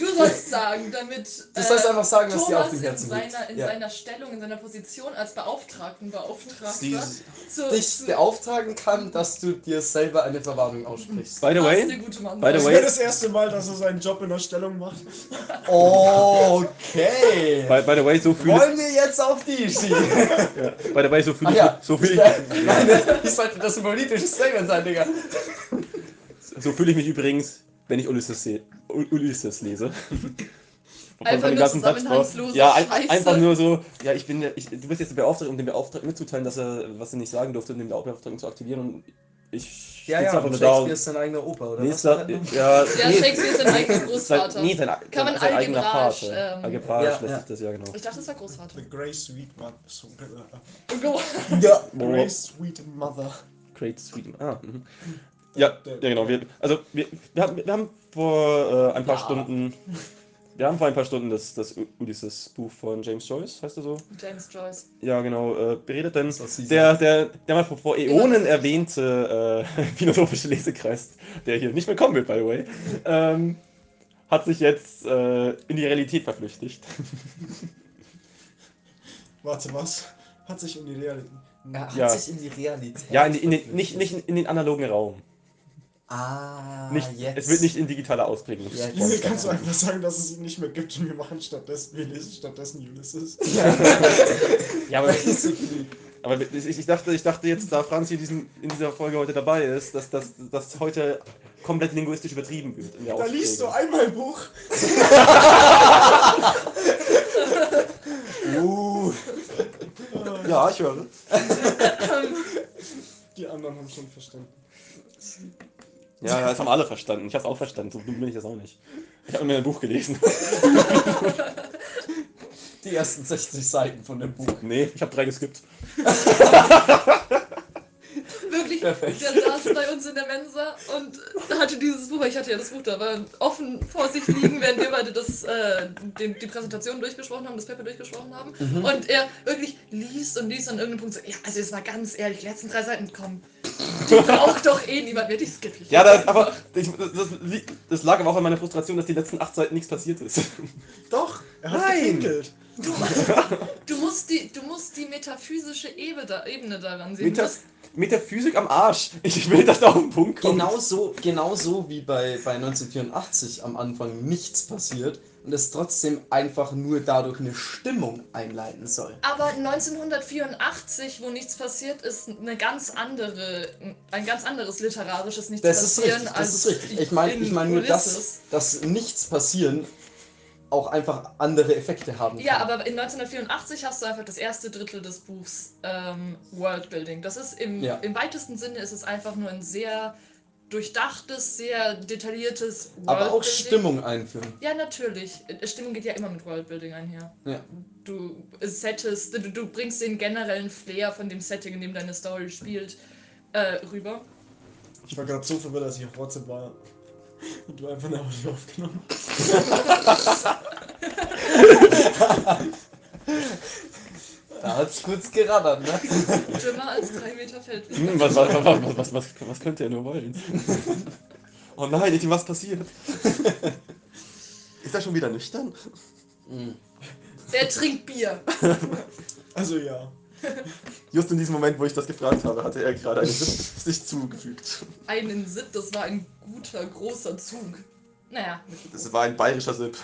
Du sollst sagen, damit.
Du sollst
äh,
einfach sagen, was dir auf
Thomas
dem
in,
Herzen liegt.
seiner, in
Ja.
seiner Stellung, in seiner Position als Beauftragten beauftragt
Sie-
zu,
Dich beauftragen kann, dass du dir selber eine Verwarnung aussprichst.
By the
Das ist
way,
der gute Mann.
By the
Das
way-
wäre das erste Mal, dass er seinen Job in der Stellung macht.
Okay.
by, by the way, so fühle
Wollen wir jetzt auf die Schiene?
(laughs) ich, by the way, so fühle
Ah
ich,
ja.
so fühle
Äh, Nein, ich sollte das ein politisches Statement sein, Digga.
ich, so fühle ich mich übrigens, wenn ich Ulysses, sehe, U- Ulysses lese. Von-
(laughs) Einfach
von dem
nur
ganzen Satz vor-
zusammenhangslose
Ja, ein,
Scheiße.
einfach nur so, ja, ich bin, der- ich, du bist jetzt der Beauftragte, um dem Beauftragten mitzuteilen, dass er, was er nicht sagen durfte, um den Beauftragten zu aktivieren und ich
Ja,
sitze
ja,
einfach nur da
Shakespeare
und
ist sein eigener Opa, oder? was?
nächster, ja,
Ja, Shakespeare ist sein eigener Großvater.
sein, halt, nee, sein,
Kann man
sein eigener
algebraisch,
Vater.
ähm,
algebraisch
Ja,
lässt
ja.
sich das, ja, genau.
Ich dachte, es war Großvater.
(laughs) The Grey Sweet Mother. So,
Go.
Ja.
äh, Grey Sweet Mother.
Great Sweden. Ah, mhm. ja, ja, genau. Wir, also, wir, wir, haben, wir haben vor äh, ein paar
Ja.
Stunden. Wir haben vor ein paar Stunden das, das U- Ulysses-Buch von James Joyce, heißt er so?
James Joyce.
(laughs) Ja, genau. Äh, beredet denn
Das war sie.
der, der, der mal vor, vor Äonen erwähnte äh, (laughs) philosophische Lesekreis, der hier nicht mehr kommen wird, by the way, ähm, hat sich jetzt äh, in die Realität verflüchtigt.
Warte, was? Hat sich in die Realität.
Er hat
Ja.
sich in die Realität.
Ja, in, die- in den,
verflüchtigt.
nicht, nicht in den analogen Raum.
Ah,
Nicht,
jetzt.
Es wird nicht in digitaler Ausprägung.
Jetzt.
gesponsert.
Diese kannst du einfach sagen, dass es ihn nicht mehr gibt und wir machen stattdessen, wir lesen stattdessen Ulysses.
(laughs) Ja, aber, aber ich, ich, dachte, ich dachte jetzt, da Franz hier diesen, in dieser Folge heute dabei ist, dass das dass heute komplett linguistisch übertrieben wird. in der
Da liest du
Ausprägung.
einmal ein Buch.
Uh,
Ja, ich höre.
Ähm,
Die anderen haben schon verstanden.
Ja, das haben alle verstanden. Ich habe es auch verstanden. So dumm bin ich das auch nicht. Ich habe mir ein Buch gelesen.
(laughs)
(laughs)
die ersten 60 Seiten von dem Buch.
Nee, ich habe drei geskippt.
Wirklich,
Perfekt.
der saß bei uns in der Mensa und hatte dieses Buch, ich hatte ja das Buch dabei, offen vor sich liegen, während wir beide das, äh, den, die Präsentation durchgesprochen haben, das Paper durchgesprochen haben. Und er wirklich liest und liest an irgendeinem Punkt so, ja, also jetzt mal ganz ehrlich, die letzten drei Seiten kommen. Die braucht doch eh niemand mehr, die skippe ich.
Ja, das, aber ich, das, li- das lag aber auch an meiner Frustration, dass die letzten acht Seiten nichts passiert ist.
Doch, er hat
Nein.
gepinkelt.
Du, du, musst die, du musst die metaphysische Ebene, da, Ebene daran sehen. Du
Meta,
musst-
Metaphysik am Arsch. Ich will, dass da auf den Punkt kommt.
Genauso, genauso wie bei, bei 1984 am Anfang nichts passiert und es trotzdem einfach nur dadurch eine Stimmung einleiten soll.
Aber 1984, wo nichts passiert, ist eine ganz andere, ein ganz anderes literarisches Nichts
Das ist
passieren
richtig, das
als
ist richtig. Ich meine ich
in
mein nur,
Ulysses.
dass, dass nichts passieren auch einfach andere Effekte haben
Ja,
kann.
aber in 1984 hast du einfach das erste Drittel des Buchs ähm, Worldbuilding. Das ist im,
Ja.
im weitesten Sinne ist es einfach nur ein sehr durchdachtes, sehr detailliertes Worldbuilding.
Aber auch Stimmung einführen.
Ja, natürlich. Äh, Stimmung geht ja immer mit Worldbuilding einher.
Ja.
Du settest, du, du bringst den generellen Flair von dem Setting, in dem deine Story spielt, äh, rüber.
Ich war gerade so verwirrt, dass ich auf WhatsApp war. Und du einfach eine Audio aufgenommen hast.
Da hat's kurz gerattert, ne?
Dümmer als drei Meter
(laughs)
fällt.
Hm, was, was, was, was, was, was könnte er nur wollen? (laughs) oh nein, ist ihm was passiert? Ist er schon wieder nüchtern?
Mhm.
Der trinkt Bier.
Also ja.
Just in diesem Moment, wo ich das gefragt habe, hatte er gerade einen Sitz sich zugefügt.
Einen Sip, das war ein guter, großer Zug. Naja,
Das war ein bayerischer Sip.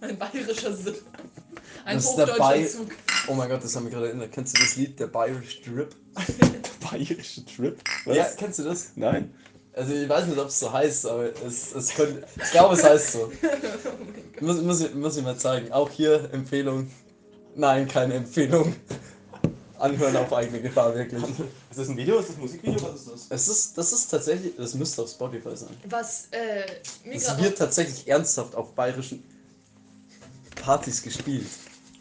Ein bayerischer Sinn. Ein
Das ist der
hochdeutscher
Bay-
Zug.
Oh mein Gott, das haben wir gerade erinnert. Kennst du das Lied, der Irish Drip?
Bayerische Trip?
Ja, kennst du das?
Nein.
Also ich weiß nicht, ob es so heißt, aber es, es könnte. Ich glaube, es heißt so. Muss, muss, ich- muss ich mal zeigen. Auch hier Empfehlung. Nein, keine Empfehlung. Anhören auf eigene Gefahr, wirklich.
Ist das ein Video? Ist das ein Musikvideo? Was ist das?
Es ist, das ist tatsächlich, das müsste auf Spotify sein.
Was äh, mir
Es
gerade
wird
auf-
tatsächlich ernsthaft auf bayerischen Partys gespielt.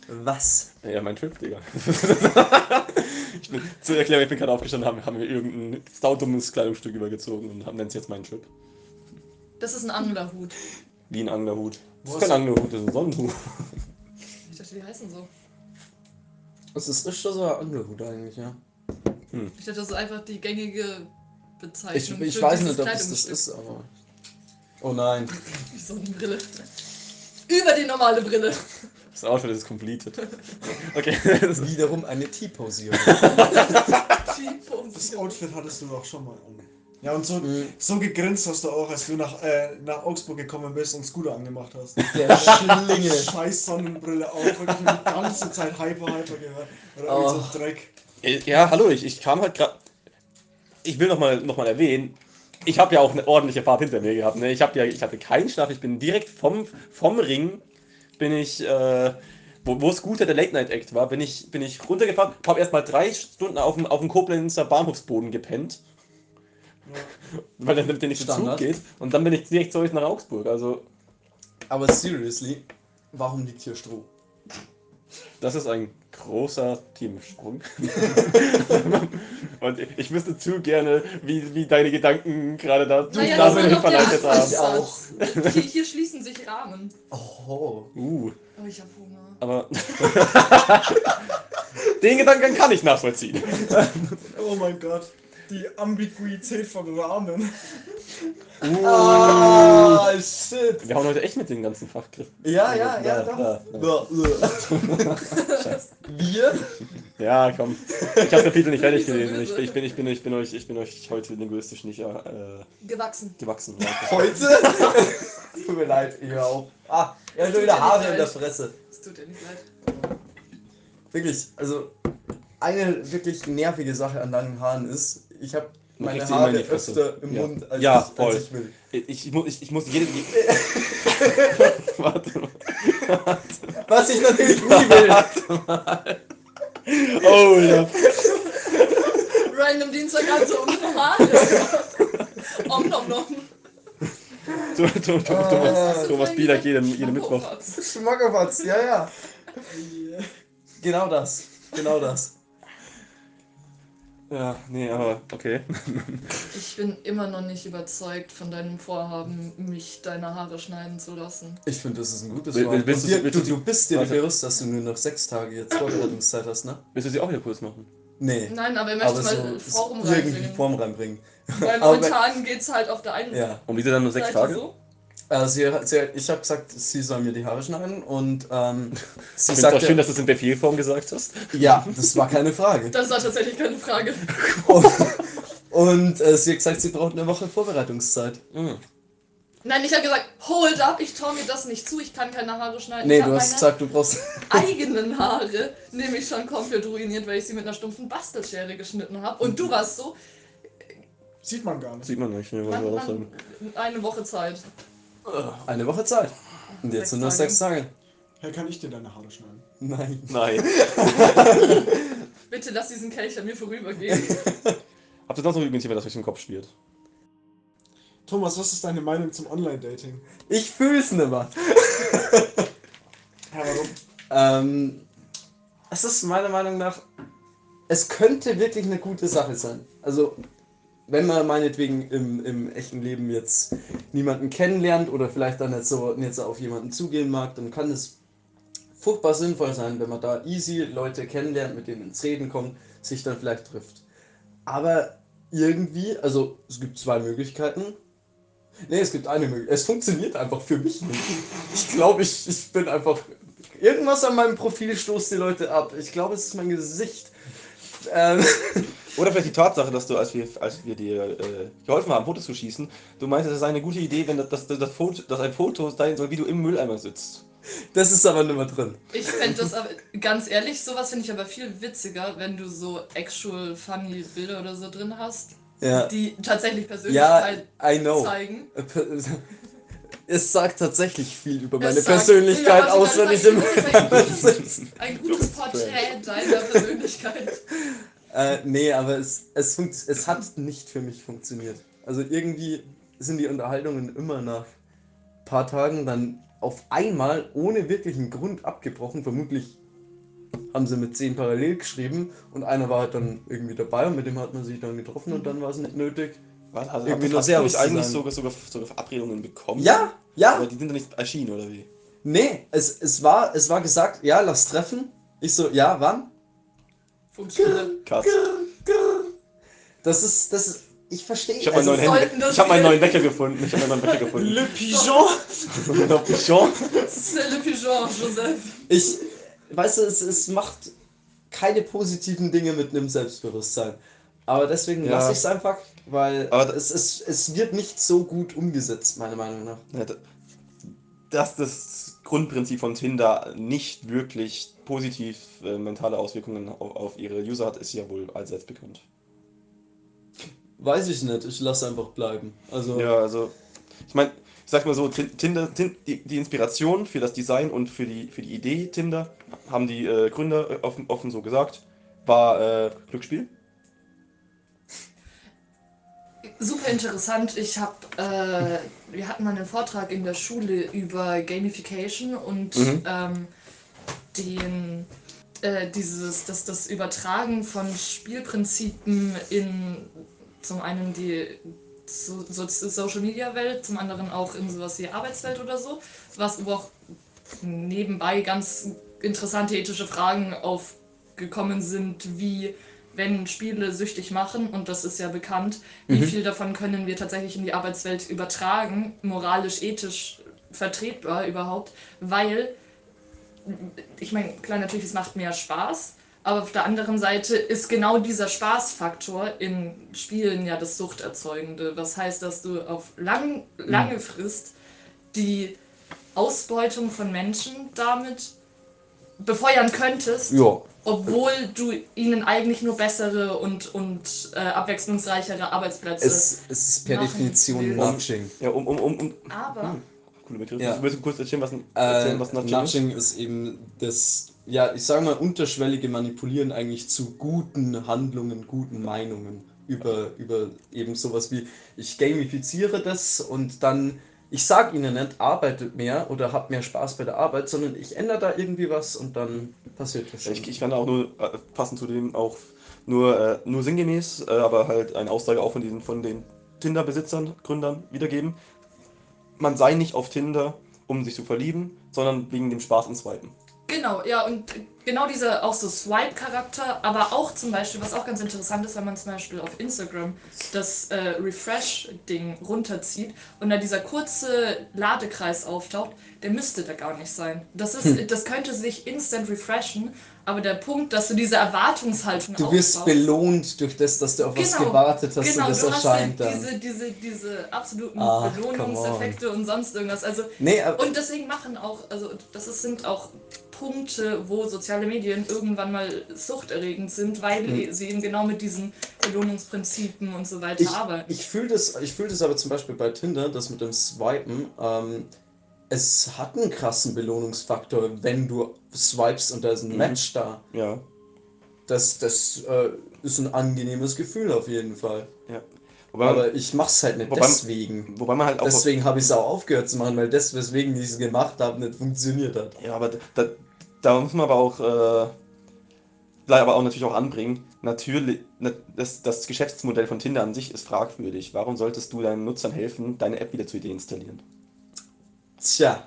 Was?
Ja, mein Trip, Digga. (laughs) ich bin, zur Erklärung, ich bin gerade aufgestanden, haben, haben wir irgendein saudummes Kleidungsstück übergezogen und haben nennen es jetzt meinen Trip.
Das ist ein Anglerhut.
Wie ein Anglerhut. Das
Wo
ist kein
ist-
Anglerhut, das ist ein Sonnenhut.
Ich dachte, die heißen so.
Es ist ist schon so ein Angelhut eigentlich, ja.
Ich dachte, das ist einfach die gängige
Ich,
Bezeichnung.
ich
für
weiß
dieses
nicht, ob es das
Kleidungsstück.
ist, aber. Oh (laughs) nein.
Die Sonnenbrille. Über die normale Brille.
Das Outfit ist completed. Okay, (laughs) das ist
Wiederum eine T-Posierung.
Das
Cheap-Pose.
Outfit hattest du doch schon mal an. Ja, und so,
Mhm.
so gegrinst hast du auch, als du nach, äh, nach Augsburg gekommen bist und Scooter angemacht hast.
(laughs) Der Schlinge.
(laughs) Scheiß Sonnenbrille auf, wirklich die ganze Zeit hyper, hyper gehört. Oder
Oh.
irgend so ein Dreck.
Äh, Ja, hallo, ich, ich kam halt gerade. Ich will nochmal noch mal erwähnen, ich habe ja auch eine ordentliche Fahrt hinter mir gehabt. Ne? Ich, hab ja, ich hatte keinen Schlaf, ich bin direkt vom, vom Ring, bin ich, äh, wo, wo Scooter der Late-Night-Act war, bin ich, bin ich runtergefahren, habe erstmal drei Stunden auf dem, auf dem Koblenzer Bahnhofsboden gepennt,
Ja.
weil dann der nächste Zug
Standard.
geht. Und dann bin ich direkt zu euch nach Augsburg. Also,
Aber seriously, warum liegt hier Stroh?
das ist ein großer Teamsprung. (laughs) Und ich wüsste zu gerne, wie, wie deine Gedanken gerade da
Naja,
da
Ah das
so
war
hin
noch der
verleitet haben.
Ich auch.
Anfangssatz. (laughs) Hier, hier schließen sich Rahmen.
Oh.
Uh,
Oh, ich hab Hunger.
aber. (laughs) Den Gedanken kann ich nachvollziehen.
Oh mein Gott. Die Ambiguität von Rahmen.
Ah, shit.
Wir hauen heute echt mit den ganzen Fachgriffen.
(laughs) Ja, ja, ja, doch.
da, da.
Wir
Ja, komm. Ich habe Kapitel nicht fertig
So
gelesen. Ich,
böse.
ich, bin, ich, bin, ich, bin euch, ich bin euch heute linguistisch nicht äh,
Gewachsen.
(laughs) gewachsen. Ja,
Heute? (laughs) Tut mir leid, ich hör auf. Ah, er hat schon wieder Haare in der Fresse.
Es tut dir nicht leid.
Wirklich, also eine wirklich nervige Sache an langen Haaren ist, ich habe
Man
meine
kriegt sie immer in
Haare
die Fresse.
öfter im
Ja.
Mund, als,
Ja,
ich,
voll.
als ich will.
ich, ich, mu- ich, ich muss (laughs) jede. Warte mal.
Was ich natürlich nie will.
Oh ja.
Random Dienstagabend (laughs) so um die Haare. om nom nom.
Du, du, Ah, du,
Ah.
Thomas, Thomas Bielak jeden, jeden Mittwoch.
Schmackofatz, ja, ja. (laughs) Genau das, genau das.
Ja, nee, aber okay.
Ich bin immer noch nicht überzeugt von deinem Vorhaben, mich deine Haare schneiden zu lassen.
Ich finde, das ist ein gutes
Will-
Wort. Und
willst du-
dir-
willst
du,
du-
du bist dir
Warte.
bewusst, dass du nur noch sechs Tage jetzt Vorbereitungszeit hast, ne?
Willst du sie auch wieder kurz machen?
Nee.
Nein, aber er möchte
aber
Also
mal
so
Form
es irgendwie
reinbringen.
Form reinbringen.
Weil
aber-
momentan geht's halt auf der einen
Ja.
Und wieso dann nur sechs
Seite
Tage?
so.
Äh, sie, sie, ich habe gesagt, sie soll mir die Haare schneiden und ähm,
(laughs)
sie
Ich finde es auch schön,
sagte,
dass du es in Befehlform gesagt hast.
ja, das war keine Frage.
Das war tatsächlich keine Frage.
Und, und äh, sie hat gesagt, sie braucht eine Woche Vorbereitungszeit.
Mhm.
Nein, ich habe gesagt, hold up, ich traue mir das nicht zu, ich kann keine Haare schneiden.
Nee,
ich hab
du hast
meine
gesagt, du brauchst.
eigenen Haare nämlich schon komplett ruiniert, weil ich sie mit einer stumpfen Bastelschere geschnitten habe. Und du warst so,
Sieht man gar nicht.
Sieht man nicht, ne, was
man,
wir auch sagen.
man, eine Woche Zeit.
Eine Woche Zeit. Und jetzt
Sechs
sind noch
Tage.
sechs Tage.
Hey, kann ich dir deine Haare schneiden?
Nein.
Nein.
Bitte lass diesen Kelch an mir vorübergehen.
Habt ihr sonst noch irgendjemand, das euch im Kopf spielt?
Thomas, was ist deine Meinung zum Online-Dating?
Ich fühl's nimmer.
Ja, warum?
Ähm, es ist meiner Meinung nach, es könnte wirklich eine gute Sache sein. Also, wenn man meinetwegen im, im echten Leben jetzt niemanden kennenlernt oder vielleicht dann nicht so, nicht so auf jemanden zugehen mag, dann kann es furchtbar sinnvoll sein, wenn man da easy Leute kennenlernt, mit denen ins Reden kommt, sich dann vielleicht trifft. Aber irgendwie, also es gibt zwei Möglichkeiten. Nee, es gibt eine Möglichkeit. Es funktioniert einfach für mich nicht. Ich glaube, ich, ich bin einfach. Irgendwas an meinem Profil stoßt die Leute ab. Ich glaube, es ist mein Gesicht. Ähm, (laughs)
Oder vielleicht die Tatsache, dass du, als wir, als wir dir äh, geholfen haben, Fotos zu schießen, du meintest, es sei eine gute Idee, wenn das, das, das Foto, dass ein Foto sein soll, wie du im Mülleimer sitzt.
das ist aber nicht mehr drin.
Ich fände das aber, ganz ehrlich, sowas finde ich aber viel witziger, wenn du so actual funny Bilder oder so drin hast,
Ja,
die tatsächlich
ja
Persönlichkeit
I know.
zeigen.
Es sagt tatsächlich viel über meine
Es sagt-
Persönlichkeit
Ja,
aus,
also
wenn
das
ich im
sagt-
sitze.
Ein gutes Porträt deiner Persönlichkeit.
Äh, nee, aber es, es, funkt, es hat nicht für mich funktioniert. Also irgendwie sind die Unterhaltungen immer nach ein paar Tagen dann auf einmal ohne wirklichen Grund abgebrochen. Vermutlich haben sie mit zehn parallel geschrieben und einer war halt dann irgendwie dabei und mit dem hat man sich dann getroffen und dann war es nicht nötig.
Was? Also,
Irgendwie
Irgendwie
nur
hast
sehr
du nicht
lustig
eigentlich
sein.
sogar, sogar, sogar Verabredungen bekommen?
Ja, ja,
Aber die sind doch nicht erschienen, oder wie?
nee, es, es, war, es war gesagt, ja, lass treffen. Ich so, ja, wann?
(laughs)
Funktioniert.
Katz.
Das ist, das ist, ich verstehe.
Ich habe meinen, neuen
sollten
Handy-
das
ich hab meinen
Also wir-
neuen Wecker gefunden. Ich habe meinen neuen Wecker gefunden.
(laughs)
Le Pigeon!
Le Pichon.
C'est le pigeon, Joseph.
Ich, weißt du, es, es macht keine positiven Dinge mit einem Selbstbewusstsein. Aber deswegen
Ja.
lasse ich es einfach, weil
Aber da-
es, es, es wird nicht so gut umgesetzt, meiner Meinung nach.
Ja, da- dass das Grundprinzip von Tinder nicht wirklich positiv äh, mentale Auswirkungen auf, auf ihre User hat, ist ja wohl allseits bekannt.
Weiß ich nicht, ich lasse einfach bleiben. Also,
Ja, also, ich meine, ich sag mal so, Tin- Tinder, Tin, die, die Inspiration für das Design und für die, für die Idee Tinder, haben die äh, Gründer äh, offen, offen so gesagt, war äh, Glücksspiel.
Super interessant. Ich habe, äh, wir hatten mal einen Vortrag in der Schule über Gamification und
Mhm.
ähm, den, äh, dieses, das, das Übertragen von Spielprinzipen in zum einen die so, so Social Media Welt, zum anderen auch in sowas wie Arbeitswelt oder so, was wo auch nebenbei ganz interessante ethische Fragen aufgekommen sind, wie wenn Spiele süchtig machen, und das ist ja bekannt, wie viel davon können wir tatsächlich in die Arbeitswelt übertragen, moralisch, ethisch vertretbar überhaupt, weil ich meine, klar, natürlich, es macht mehr Spaß, Aber auf der anderen Seite ist genau dieser Spaßfaktor in Spielen ja das Suchterzeugende. Was heißt, dass du auf lang, lange Frist die Ausbeutung von Menschen damit befeuern könntest,
Ja.
obwohl du ihnen eigentlich nur bessere und, und äh, abwechslungsreichere Arbeitsplätze.
Es, es ist per
Machen
Definition
will.
Nudging.
Ja, um, um, um, um.
Aber
Hm. Coole Begriff.
Ja.
Ja. Willst du kurz erzählen, was,
Äh,
erzählen, was Nudging ist?
Nudging ist eben das, ja, ich sage mal, unterschwellige Manipulieren eigentlich zu guten Handlungen, guten Meinungen über, über eben sowas wie, ich gamifiziere das und dann, ich sag ihnen nicht, arbeitet mehr oder habt mehr Spaß bei der Arbeit, sondern ich ändere da irgendwie was und dann passiert das.
Ja, Ich,
schon.
ich kann auch nur äh, passend zu dem auch nur, äh, nur sinngemäß, äh, aber halt eine Aussage auch von, diesen, von den Tinder-Besitzern, Gründern wiedergeben. Man sei nicht auf Tinder, um sich zu verlieben, sondern wegen dem Spaß im Swipen.
Genau, ja, und genau dieser auch so Swipe-Charakter, aber auch zum Beispiel, was auch ganz interessant ist, wenn man zum Beispiel auf Instagram das äh, Refresh-Ding runterzieht und da dieser kurze Ladekreis auftaucht, der müsste da gar nicht sein. Das, ist,
Hm.
das könnte sich instant refreshen, aber der Punkt, dass du diese Erwartungshaltung
Du wirst
aufbaust-
belohnt durch das, dass du auf was
Genau,
gewartet hast
Genau,
und das
du hast
erscheint
halt
dann.
diese, diese, diese absoluten
Ah, come on.
Belohnungseffekte und sonst irgendwas. Also
Nee, äh, aber-
und deswegen machen auch, also das ist- sind auch Punkte, wo soziale Medien irgendwann mal suchterregend sind, weil sie eben genau mit diesen Belohnungsprinzipen und so weiter
ich,
arbeiten.
Ich fühle das, ich fühl das aber zum Beispiel bei Tinder, das mit dem Swipen. Ähm, es hat einen krassen Belohnungsfaktor, wenn du swipes und da ist ein
Mhm.
Match da.
Ja.
Das, das äh, ist ein angenehmes Gefühl auf jeden Fall.
Wobei,
aber ich mach's halt nicht
wobei-
deswegen.
wobei man halt auch.
Deswegen habe ich es auch aufgehört zu machen, weil das, weswegen ich es gemacht habe, nicht funktioniert hat.
Ja, aber da, da muss man aber auch, äh, leider aber auch natürlich auch anbringen, natürlich, na, das, das Geschäftsmodell von Tinder an sich ist fragwürdig. Warum solltest du deinen Nutzern helfen, deine App wieder zu deinstallieren?
Tja,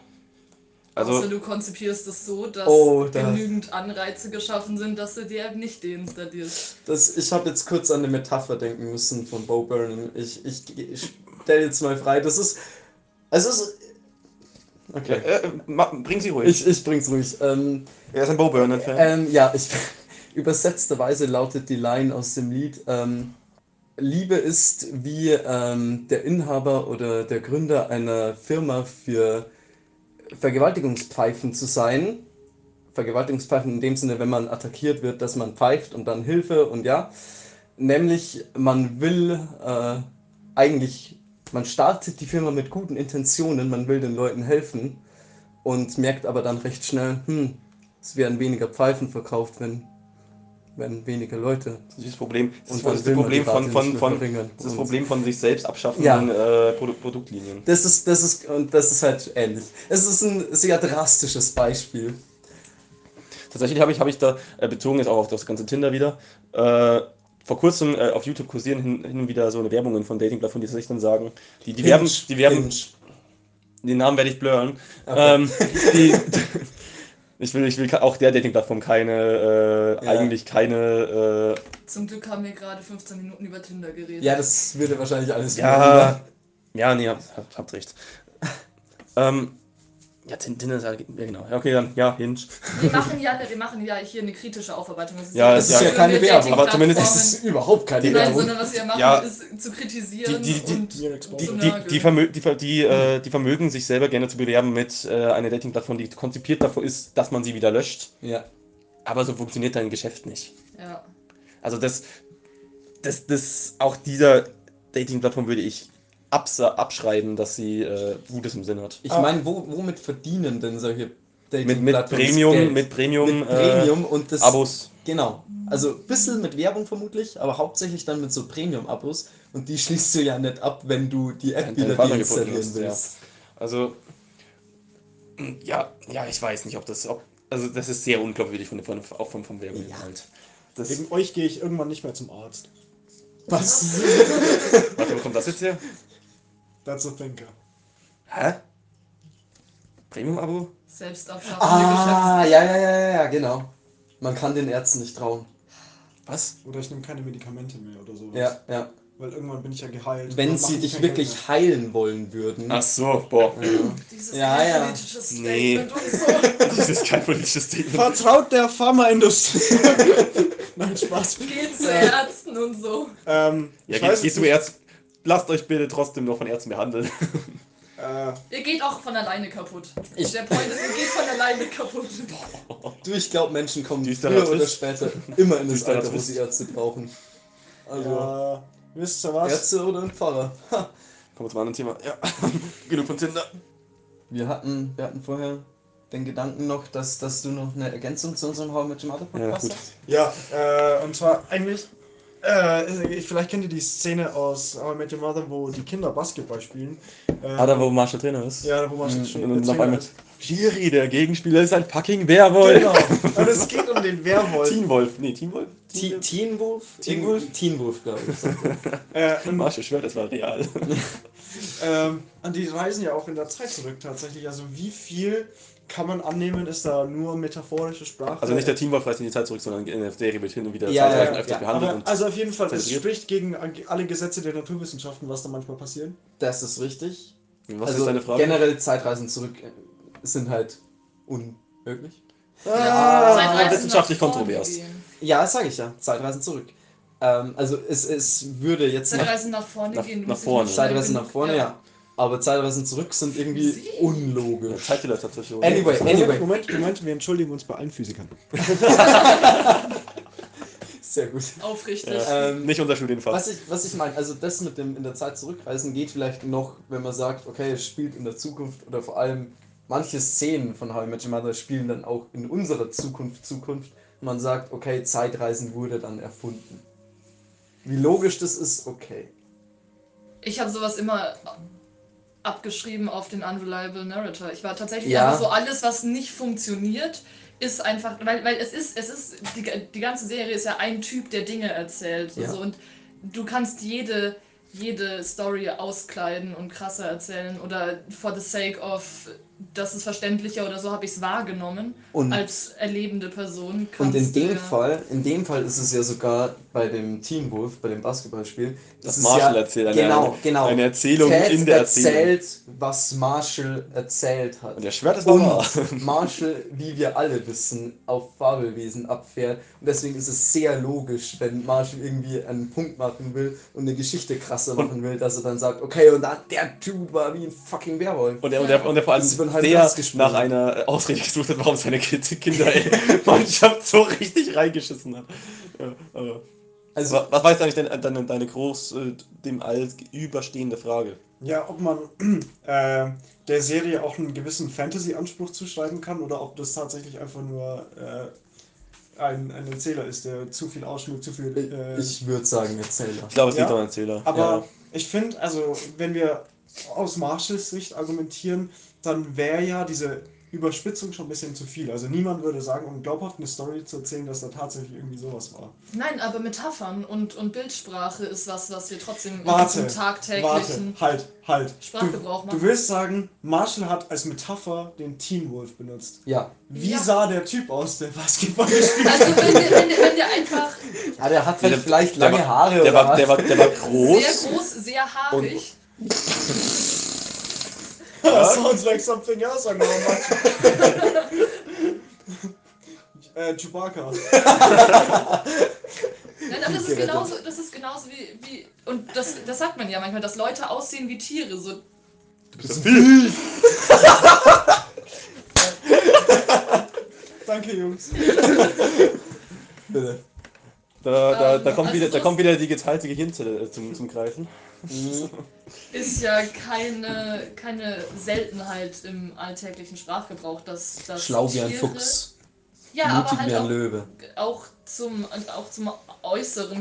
Also,
Außer du konzipierst es so, dass
Oh, da-
genügend Anreize geschaffen sind, dass du die App nicht deinstallierst.
das, ich habe jetzt kurz an eine Metapher denken müssen von Bo Burnham. Ich, ich, ich stelle jetzt mal frei, das ist. Es ist. Okay.
äh, ma- bring sie ruhig.
Ich, ich bring's ruhig. Ähm,
er ist ein Bo Burnham-Fan.
ähm, ja, ich, (laughs) übersetzterweise lautet die Line aus dem Lied: ähm, Liebe ist wie ähm, der Inhaber oder der Gründer einer Firma für Vergewaltigungspfeifen zu sein. Vergewaltigungspfeifen in dem Sinne, wenn man attackiert wird, dass man pfeift und dann Hilfe und ja. Nämlich, man will äh, eigentlich, man startet die Firma mit guten Intentionen, man will den Leuten helfen und merkt aber dann recht schnell, hm, es werden weniger Pfeifen verkauft, wenn, wenn weniger Leute.
Das ist das Problem. Das
Und
ist
dann
das
will man
Problem
die
von,
Rate
von,
nicht
von,
mehr verringern.
das ist das
Und-
Problem von sich selbst abschaffenden äh, Produ Produktlinien.
Das ist, das ist, und das ist halt ähnlich. Es ist ein sehr drastisches Beispiel.
Tatsächlich habe ich, habe ich da, äh, bezogen jetzt auch auf das ganze Tinder wieder, äh, vor kurzem äh, auf YouTube kursieren hin, hin und wieder so eine Werbungen von Datingplattformen, die sich dann sagen, die, die werben, die werben, den Namen werde ich blurren.
Okay.
Ähm,
(laughs)
die, ich will, ich will ka- auch der Datingplattform keine, äh,
Ja.
eigentlich keine, äh,
Zum Glück haben wir gerade 15 Minuten über Tinder geredet.
Ja, das würde wahrscheinlich alles
Ja, ja, nee, habt, habt, habt recht. (laughs) ähm, ja, Tin- Tinder ist halt, ja, genau. Ja, okay, dann, ja, Hinge.
Wir machen ja, wir machen ja hier eine kritische Aufarbeitung. Das
Ja,
Das ist ja
Ja,
keine
irgendeine
Werbung.
aber zumindest
Das
Dating-Plattformen.
ist überhaupt keine
Nein,
Werbung.
sondern was wir machen,
Ja.
ist zu kritisieren
Die- die- die-
und
Direkt
Die,
zu
die,
nageln.
die, vermö die, ver- die, äh, die vermögen sich selber gerne zu bewerben mit äh, einer Dating-Plattform, die konzipiert davor ist, dass man sie wieder löscht.
Ja.
Aber so funktioniert dein Geschäft nicht.
ja.
Also das, das, das, auch dieser Dating-Plattform würde ich absa- abschreiben, dass sie äh, Gutes im Sinn hat.
Ich
Ah.
meine, wo, womit verdienen denn solche
Mit, mit
Dating-Plattformen
Premium,
Geld?
mit Premium,
mit Premium und
äh,
das
Abos.
Genau. Also ein bisschen mit Werbung vermutlich, aber hauptsächlich dann mit so Premium-Abos. Und die schließt du ja nicht ab, wenn du die App
Deine
wieder
Partner
deinstallieren
gefunden
willst.
hast, Also, mh, ja, ja, ich weiß nicht, ob das, ob, also das ist sehr unglaubwürdig von, von, auch vom, vom Werbung.
Ja.
Halt. Das,
Wegen euch gehe ich irgendwann nicht mehr zum Arzt.
Was?
warte, wo kommt das jetzt her?
(laughs) That's a thinker.
Hä? Premium-Abo?
Selbstabschaffende
Ah, ja, ja, ja, ja, ja, genau. Man kann den Ärzten nicht trauen.
Was?
Oder ich nehme keine Medikamente mehr oder sowas.
Ja, ja.
Weil irgendwann bin ich ja geheilt.
Wenn
Dann
sie
macht
dich
kein Geld
wirklich heilen wollen würden.
Ach so, (laughs) boah.
Dieses
Ja, ja.
politische
Nee.
Statement und so.
Das ist kein politisches
mehr.
Statement.
Vertraut der Pharmaindustrie.
(laughs)
Nein, Spaß.
Geht zu Ärzten und so.
Ähm,
Ja,
ich
geht,
weiß
geht
es
zum
nicht.
Ärzt. Lasst euch bitte trotzdem noch von Ärzten behandeln.
Äh,
Ihr geht auch von alleine kaputt.
Ich-
Der Point ist, ihr geht von alleine kaputt.
Du, ich glaube, Menschen kommen
Düsterer
früher oder
Twist.
später immer in das
Düsterer
Alter, wo
Twist.
sie Ärzte brauchen. Also,
ja, wisst ihr was?
Ärzte oder ein Pfarrer. Ha.
Kommen wir zum anderen Thema. Ja, (laughs) genug von Tinder.
Wir hatten, wir hatten vorher den Gedanken noch, dass, dass du noch eine Ergänzung zu unserem How I Met Your Mother
Ja,
Podcast
gut.
hast.
Ja, äh, und zwar eigentlich, äh, vielleicht kennt ihr die Szene aus How I Met Your Mother, wo die Kinder Basketball spielen. Äh,
Ah, da wo Marshall Trainer ist.
ja, da wo man
Mhm,
schon
Und dann
der
auf einmal.
Trainer
Shiri, der Gegenspieler ist ein fucking Werwolf.
Genau, und es geht um den Werwolf.
Teen Wolf. Nee, Teen Wolf?
Te- Teen Wolf?
Teen Wolf?
Teen Wolf, glaube ich.
Äh, und,
Marshall schwört, das war real.
ähm, und die reisen ja auch in der Zeit zurück tatsächlich. Also wie viel kann man annehmen, ist da nur metaphorische Sprache?
Also nicht der Teen Wolf reist in die Zeit zurück, sondern in der Serie wird hin und wieder
Ja,
Zeitreisen
ja,
öfters
ja.
behandelt.
aber,
und
also auf jeden Fall, es
zentriert.
spricht gegen alle Gesetze der Naturwissenschaften, was da manchmal passiert.
(laughs) Das ist richtig. Also
was ist deine Frage?
Generell Zeitreisen zurück äh, sind halt unmöglich.
Ah,
Ja, Zeitreisen nach
wissenschaftlich
vorne
kontrovers.
gehen.
Ja, das sage ich ja. Zeitreisen zurück. Ähm, also es, es würde jetzt nach
Zeitreisen nach vorne
Nach-
gehen. du
nach
bist
vorne.
nicht schnell
Zeitreisen nach
genug.
vorne, ja. Aber Zeitreisen zurück sind irgendwie
Sie?
Ja,
unlogisch.
Zeit vielleicht tatsächlich.
Anyway,
Moment,
anyway.
Moment, Moment, wir entschuldigen uns bei allen Physikern.
Sehr gut.
Aufrichtig.
Ja.
Ähm,
Nicht unser Studienfall.
Was ich, was ich meine, also das mit dem in der Zeit zurückreisen geht vielleicht noch, wenn man sagt, okay, es spielt in der Zukunft oder vor allem manche Szenen von How I Met Your Mother spielen dann auch in unserer Zukunft Zukunft. Man sagt, okay, Zeitreisen wurde dann erfunden. Wie logisch das ist, okay.
Ich habe sowas immer abgeschrieben auf den Unreliable Narrator. Ich war tatsächlich
Ja.
einfach so alles, was nicht funktioniert, ist einfach, weil, weil es ist, es ist, die, die ganze Serie ist ja ein Typ, der Dinge erzählt.
Ja.
So, und du kannst jede, jede Story auskleiden und krasser erzählen oder for the sake of, das ist verständlicher oder so habe ich es wahrgenommen.
Und
Als erlebende Person
Hm. Und in
kannst Also du
dem
ja-
Fall, in dem Fall ist es ja sogar bei dem Teen Wolf, bei dem Basketballspiel,
Das
ist
Marshall erzählt eine-
genau,
eine-
genau.
eine Erzählung
Ted
in der Erzählung.
erzählt, was Marshall erzählt hat.
Und der Schwert ist wahr. (laughs)
Und Marshall, wie wir alle wissen, auf Fabelwesen abfährt. Und deswegen ist es sehr logisch, wenn Marshall irgendwie einen Punkt machen will und eine Geschichte krasser machen will, dass er dann sagt, okay, und da, der Typ war wie ein fucking Werwolf.
Und der, und, der, und der vor allem
Ist über den halben
sehr
Platz gesprungen.
nach einer äh, Ausrede gesucht hat, warum seine Kind- Kinder ey, (laughs) Mannschaft so richtig reingeschissen hat. Ja, aber-
Also,
Wa- was war jetzt eigentlich deine, deine, deine groß äh, dem All überstehende Frage?
Ja, ob man (clears throat) äh, der Serie auch einen gewissen Fantasy-Anspruch zuschreiben kann oder ob das tatsächlich einfach nur äh, ein, ein Erzähler ist, der zu viel ausschmückt, zu viel. Äh,
ich würde sagen, Erzähler.
Ich glaube, es
Ja.
liegt am Erzähler.
aber
ja.
ich finde, also, wenn wir aus Marshalls Sicht argumentieren, dann wäre ja diese Überspitzung schon ein bisschen zu viel. Also, niemand würde sagen, um glaubhaft eine Story zu erzählen, dass da tatsächlich irgendwie sowas war.
Nein, aber Metaphern und, und Bildsprache ist was, was wir trotzdem
Warte,
in diesem tagtäglichen
Warte, halt, halt.
Sprachgebrauch
du,
machen.
du willst sagen, Marshall hat als Metapher den Teen Wolf benutzt.
Ja.
Wie
Ja.
sah der Typ aus, der Basketball gespielt hat?
Also wenn dir, wenn dir, wenn dir einfach
Ja, der hat halt
Der-
vielleicht
der
lange
war-
Haare
der
oder
war,
was.
der, war, der war groß.
sehr groß, sehr haarig.
That sounds like something else I'm gonna watch. äh, Chewbacca.
Nein, aber ne, das ist
Gerettet.
genauso, das ist genauso wie, wie und das, das sagt man ja manchmal, dass Leute aussehen wie Tiere. So,
Du bist ein Bild.
Danke, Jungs.
Bitte.
Da, da,
Ähm,
da, kommt
also
wieder, da
sowas-
kommt wieder die geteilte Gehirnzelle äh, zum, zum Greifen.
Mhm.
ist ja keine, keine Seltenheit im alltäglichen Sprachgebrauch, dass das
Schlau wie ein Fuchs,
Ja, aber
mutig
halt
wie ein
auch,
Löwe.
auch zum und auch zum Äußeren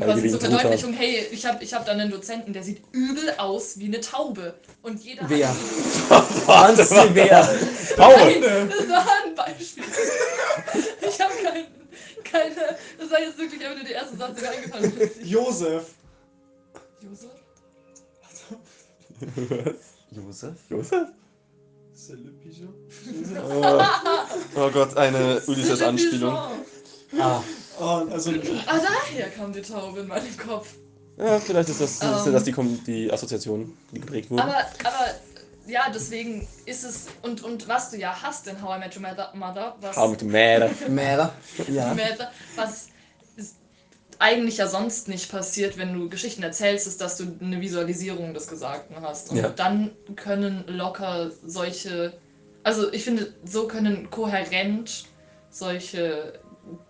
Geil, wie
quasi
ein
zur Verdeutlichung, hey, ich habe ich hab da einen Dozenten, der sieht übel aus wie eine Taube. Und jeder
Wer?
(laughs)
hat
Franz Wer?
Taube!
Nein, das war ein Beispiel. Ich habe kein, keine. Das war jetzt wirklich einfach nur der erste Satz, der mir eingefallen ist.
Josef.
Josef?
Josef?
(laughs) Josef?
Celebijo?
Oh. oh Gott, eine Ulysses-Anspielung.
Ah,
Ah,
Ah, also,
daher kam die Taube in meinen Kopf.
Ja, vielleicht ist das, ist
Ähm.
das die, Kom- die Assoziation, die geprägt wurde.
Aber, aber ja, deswegen ist es. Und, und was du ja hast in How I Met Your Mother, Mother was,
How Ah, mit Mad.
Mäder. Ja.
Mother, was ist eigentlich ja sonst nicht passiert, wenn du Geschichten erzählst, ist, dass du eine Visualisierung des Gesagten hast. Und
Ja.
dann können locker solche. Also ich finde, so können kohärent solche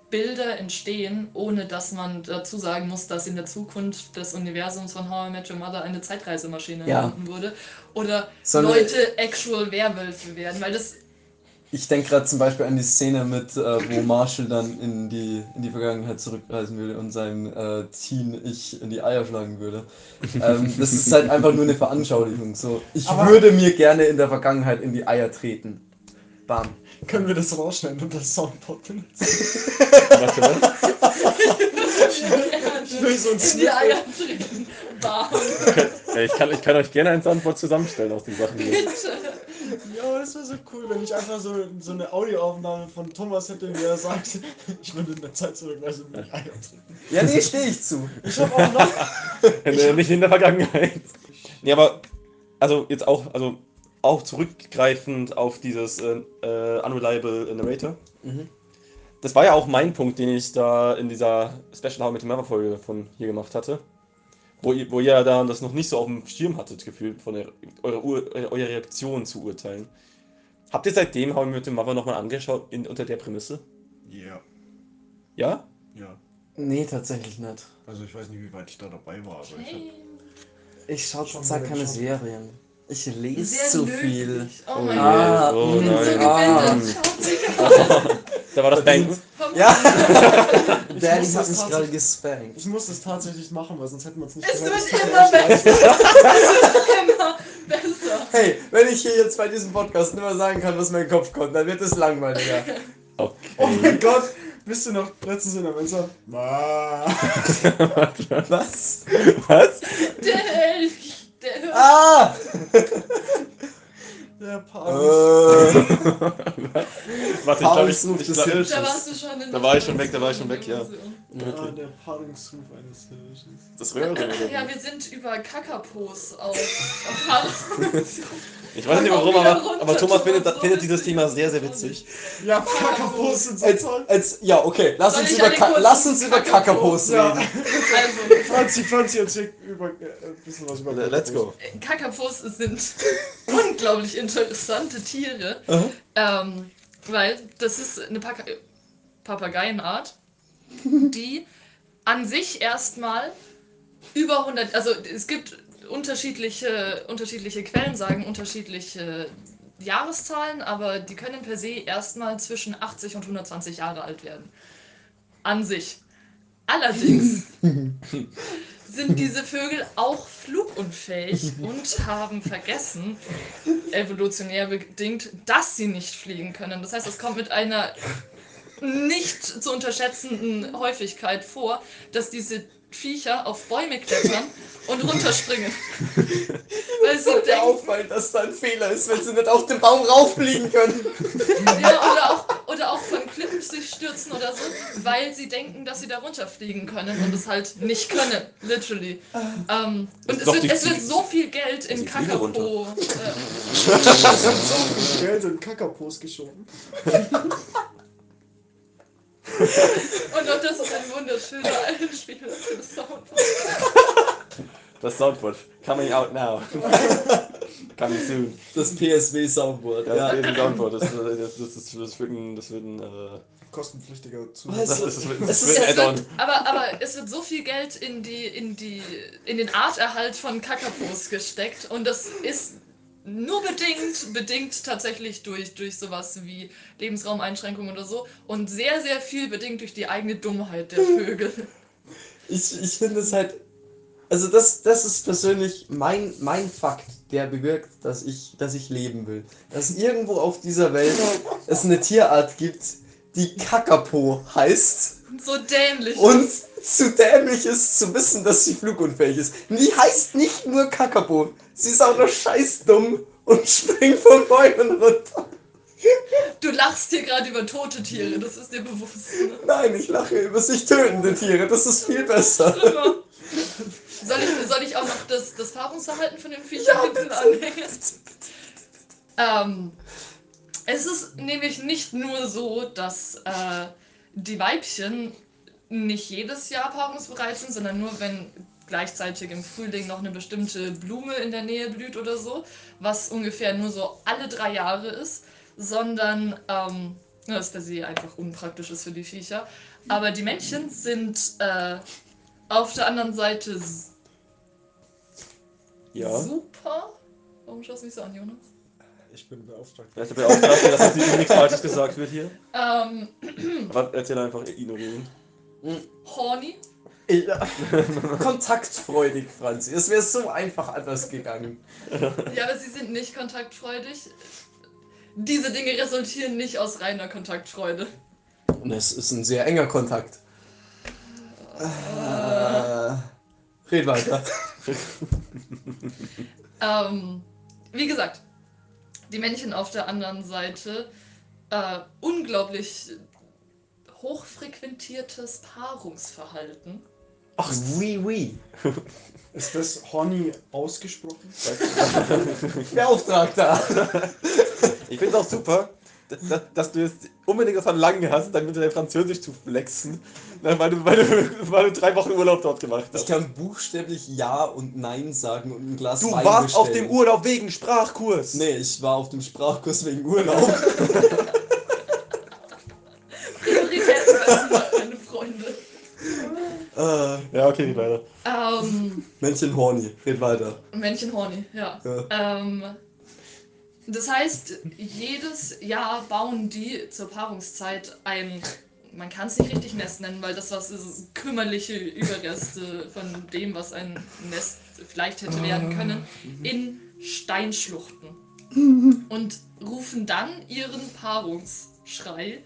Bilder entstehen, ohne dass man dazu sagen muss, dass in der Zukunft des Universums von How I Met Your Mother eine Zeitreisemaschine
Ja.
erfunden wurde. Oder
So eine-
Leute actual Werwölfe werden, weil das (laughs)
Ich denke gerade zum Beispiel an die Szene mit, äh, wo Marshall dann in die, in die Vergangenheit zurückreisen würde und seinem äh, Teen-Ich in die Eier schlagen würde. Ähm, das ist halt einfach nur eine Veranschaulichung. So, ich
Aber-
würde mir gerne in der Vergangenheit in die Eier treten. Bam.
Können wir das rausschneiden und das Soundboard benutzen?
Was für was?
Ich will so ein
in die
Snippet.
Eier treten. Bam.
Ja, Ich kann, ich kann euch gerne ein Soundboard zusammenstellen aus den Sachen
(laughs)
hier.
Ja, das wäre so cool, wenn ich einfach so, so eine Audioaufnahme von Thomas hätte, wie er sagt, (laughs) ich würde in der Zeit also zurückreisen und mich eintreten.
Ja, (laughs) nee, stehe ich zu.
Ich habe auch noch.
Äh, Nicht in der Vergangenheit. Nee, aber also jetzt auch, also auch zurückgreifend auf dieses äh, äh, Unreliable Narrator.
Mhm.
Das war ja auch mein Punkt, den ich da in dieser Special How mit dem Mother Folge von hier gemacht hatte. Wo ihr, wo ihr da das noch nicht so auf dem Schirm hattet, gefühlt, von der, eurer, Ur, äh, eurer Reaktion zu urteilen. Habt ihr seitdem How mit dem Mother nochmal angeschaut in, unter der Prämisse?
Ja,
Ja?
ja.
Nee, tatsächlich nicht.
Also ich weiß nicht, wie weit ich da dabei war, aber
Ich schaue
Schon
zurzeit
wieder
keine
schon.
Serien. Ich lese
Sehr
zu
löblich.
viel.
Oh mein
je,
Ah,
oh
mh,
Gott. So
nein.
ah.
gebildet. Schaut sich an.
Da war das dein.
Ja.
Ich
Daddy
muss
hat
das
mich gerade
tatsächlich-
gespankt.
Ich muss das tatsächlich machen, weil sonst hätten wir uns nicht
Es
gehört.
wird
(laughs)
immer besser. Es ist immer besser.
Hey, wenn ich hier jetzt bei diesem Podcast nicht mehr sagen kann, was mein Kopf kommt, dann wird es langweiliger.
Oh
Okay.
(laughs)
mein Gott, bist du noch letztens in der Mensa? Ma.
Was?
(laughs) Was?
Der Elch. Der hört
Ah!
Der Paul.
Äh, (laughs)
Warte, ich glaube,
Paulus
ich,
ruft
ich,
es
glaub-
jetzt.
Da warst du schon in
Da war ich schon weg, da war ich schon weg, ja. Äh,
Ah, der Paarungsruf eines Hirsches.
das Röhren oder
Ja,
so.
wir sind über Kakapos auf.
(laughs)
auf-
Ich weiß nicht warum,
Komm wieder
aber,
runter,
aber Thomas findet,
Thomas, so
findet dieses
witzig.
Thema sehr, sehr witzig.
Ja, Kakapos sind so
Als,
toll.
als, ja, okay, lass
Soll
uns
ich
über,
eine
Ka
kurze
lass uns über Kakapos
(laughs)
Ja.
reden.
Also,
Franzi, Franzi erzählt über, äh, ein bisschen was über
Let's go.
Kakapos sind (laughs) unglaublich interessante Tiere, ähm, weil das ist eine Paka Papageienart, die an sich erstmal über 100, also es gibt unterschiedliche, unterschiedliche Quellen, sagen unterschiedliche Jahreszahlen, aber die können per se erstmal zwischen 80 und 120 Jahre alt werden. An sich. Allerdings sind diese Vögel auch flugunfähig und haben vergessen, evolutionär bedingt, dass sie nicht fliegen können. Das heißt, es kommt mit einer nicht zu unterschätzenden Häufigkeit vor, dass diese Viecher auf Bäume klettern und runterspringen. Weil sie
Sollte
denken,
auffallen, dass da ein Fehler ist, wenn sie nicht auf den Baum rauffliegen können.
Ja, oder auch, oder auch von Klippen sich stürzen oder so, weil sie denken, dass sie da runterfliegen können und es halt nicht können, literally. Ähm, und es
Doch,
wird,
Also die
es wird
fliegen-
so viel Geld in
sie fliegen
Kakapo.
runter.
Äh,
Geld in Kakapos geschoben.
und auch das ist ein wunderschöner Einspiel für das Sound.
Das Soundboard. Coming out (laughs) now. Coming soon.
Das PSW-Soundboard,
Das
ja.
ist ein Soundboard. Das, das, das, das, das wird ein. Das wird ein. Äh,
Kostenpflichtiger zu.
Was?
das, das wird,
Es
das
ist
wird ein
Es wird,
Add-on.
aber, aber es wird so viel Geld in, die, in, die, in den Arterhalt von Kakapos gesteckt und das ist nur bedingt, bedingt tatsächlich durch, durch sowas wie Lebensraumeinschränkungen oder so und sehr, sehr viel bedingt durch die eigene Dummheit
(laughs)
der Vögel.
Ich, ich finde es halt. Also das, das ist persönlich mein, mein Fakt, der bewirkt, dass ich, dass ich leben will. Dass irgendwo auf dieser
(laughs)
Welt es eine Tierart gibt, die Kakapo heißt
So dämlich.
und zu dämlich ist zu wissen, dass sie flugunfähig ist. Und Die heißt nicht nur Kakapo, sie ist auch noch scheißdumm und springt von Bäumen runter.
du lachst hier gerade über tote Tiere, das ist dir bewusst. Ne?
Nein, ich lache über sich tötende Tiere, das ist viel besser.
Soll ich, soll ich auch noch das, das Paarungsverhalten von den Viechern hinten anhängen? Ähm, es ist nämlich nicht nur so, dass äh, die Weibchen nicht jedes Jahr paarungsbereit sind, sondern nur wenn gleichzeitig im Frühling noch eine bestimmte Blume in der Nähe blüht oder so, was ungefähr nur so alle drei Jahre ist, sondern ähm, das per se einfach unpraktisch ist für die Viecher. Aber die Männchen sind äh, auf der anderen Seite s-
Ja.
super. Warum schaust du mich so an, Jonas?
Ich bin beauftragt.
Wer ist der Beauftragte, dass jetzt nichts Falsches gesagt wird hier?
Ähm,
Aber erzähl einfach, ignorieren.
horny.
Ja. (laughs) Kontaktfreudig, Franzi. Es wäre so einfach anders gegangen.
Ja, aber sie sind nicht kontaktfreudig. Diese Dinge resultieren nicht aus reiner Kontaktfreude.
Und es ist ein sehr enger Kontakt. Äh, red weiter.
Ähm, wie gesagt, die Männchen auf der anderen Seite äh, unglaublich hochfrequentiertes Paarungsverhalten.
Ach, oui, oui.
Ist das horny ausgesprochen?
Beauftragter.
Ich finde es auch super, dass, dass, dass du jetzt unbedingt das an Langen hast, damit du dein Französisch zu flexen, Na, weil du, weil, du, weil du drei Wochen Urlaub dort gemacht
Ich
hast.
kann buchstäblich Ja und Nein sagen und ein Glas
Du
Wein
warst auf dem
bestellen.
Urlaub wegen Sprachkurs.
Nee, ich war auf dem Sprachkurs wegen Urlaub.
Prioritäten setzen, meine Freunde.
äh,
Ja, okay, geht weiter.
Ähm,
Männchen horny, red weiter.
Männchen horny, ja.
Ja.
Ähm, das heißt, jedes Jahr bauen die zur Paarungszeit ein, man kann es nicht richtig Nest nennen, weil das was ist, kümmerliche Überreste von dem, was ein Nest vielleicht hätte werden können, in Steinschluchten. Und rufen dann ihren Paarungsschrei,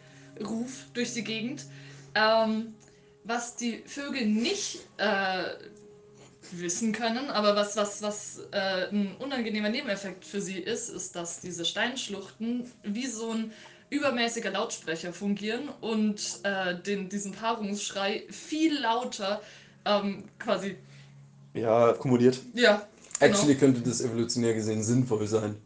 Ruf durch die Gegend, ähm, was die Vögel nicht äh, wissen können, aber was, was, was äh, ein unangenehmer Nebeneffekt für sie ist, ist, dass diese Steinschluchten wie so ein übermäßiger Lautsprecher fungieren und äh, den, diesen Paarungsschrei viel lauter ähm, quasi,
Ja, kumuliert.
ja, genau.
Actually könnte das evolutionär gesehen sinnvoll sein.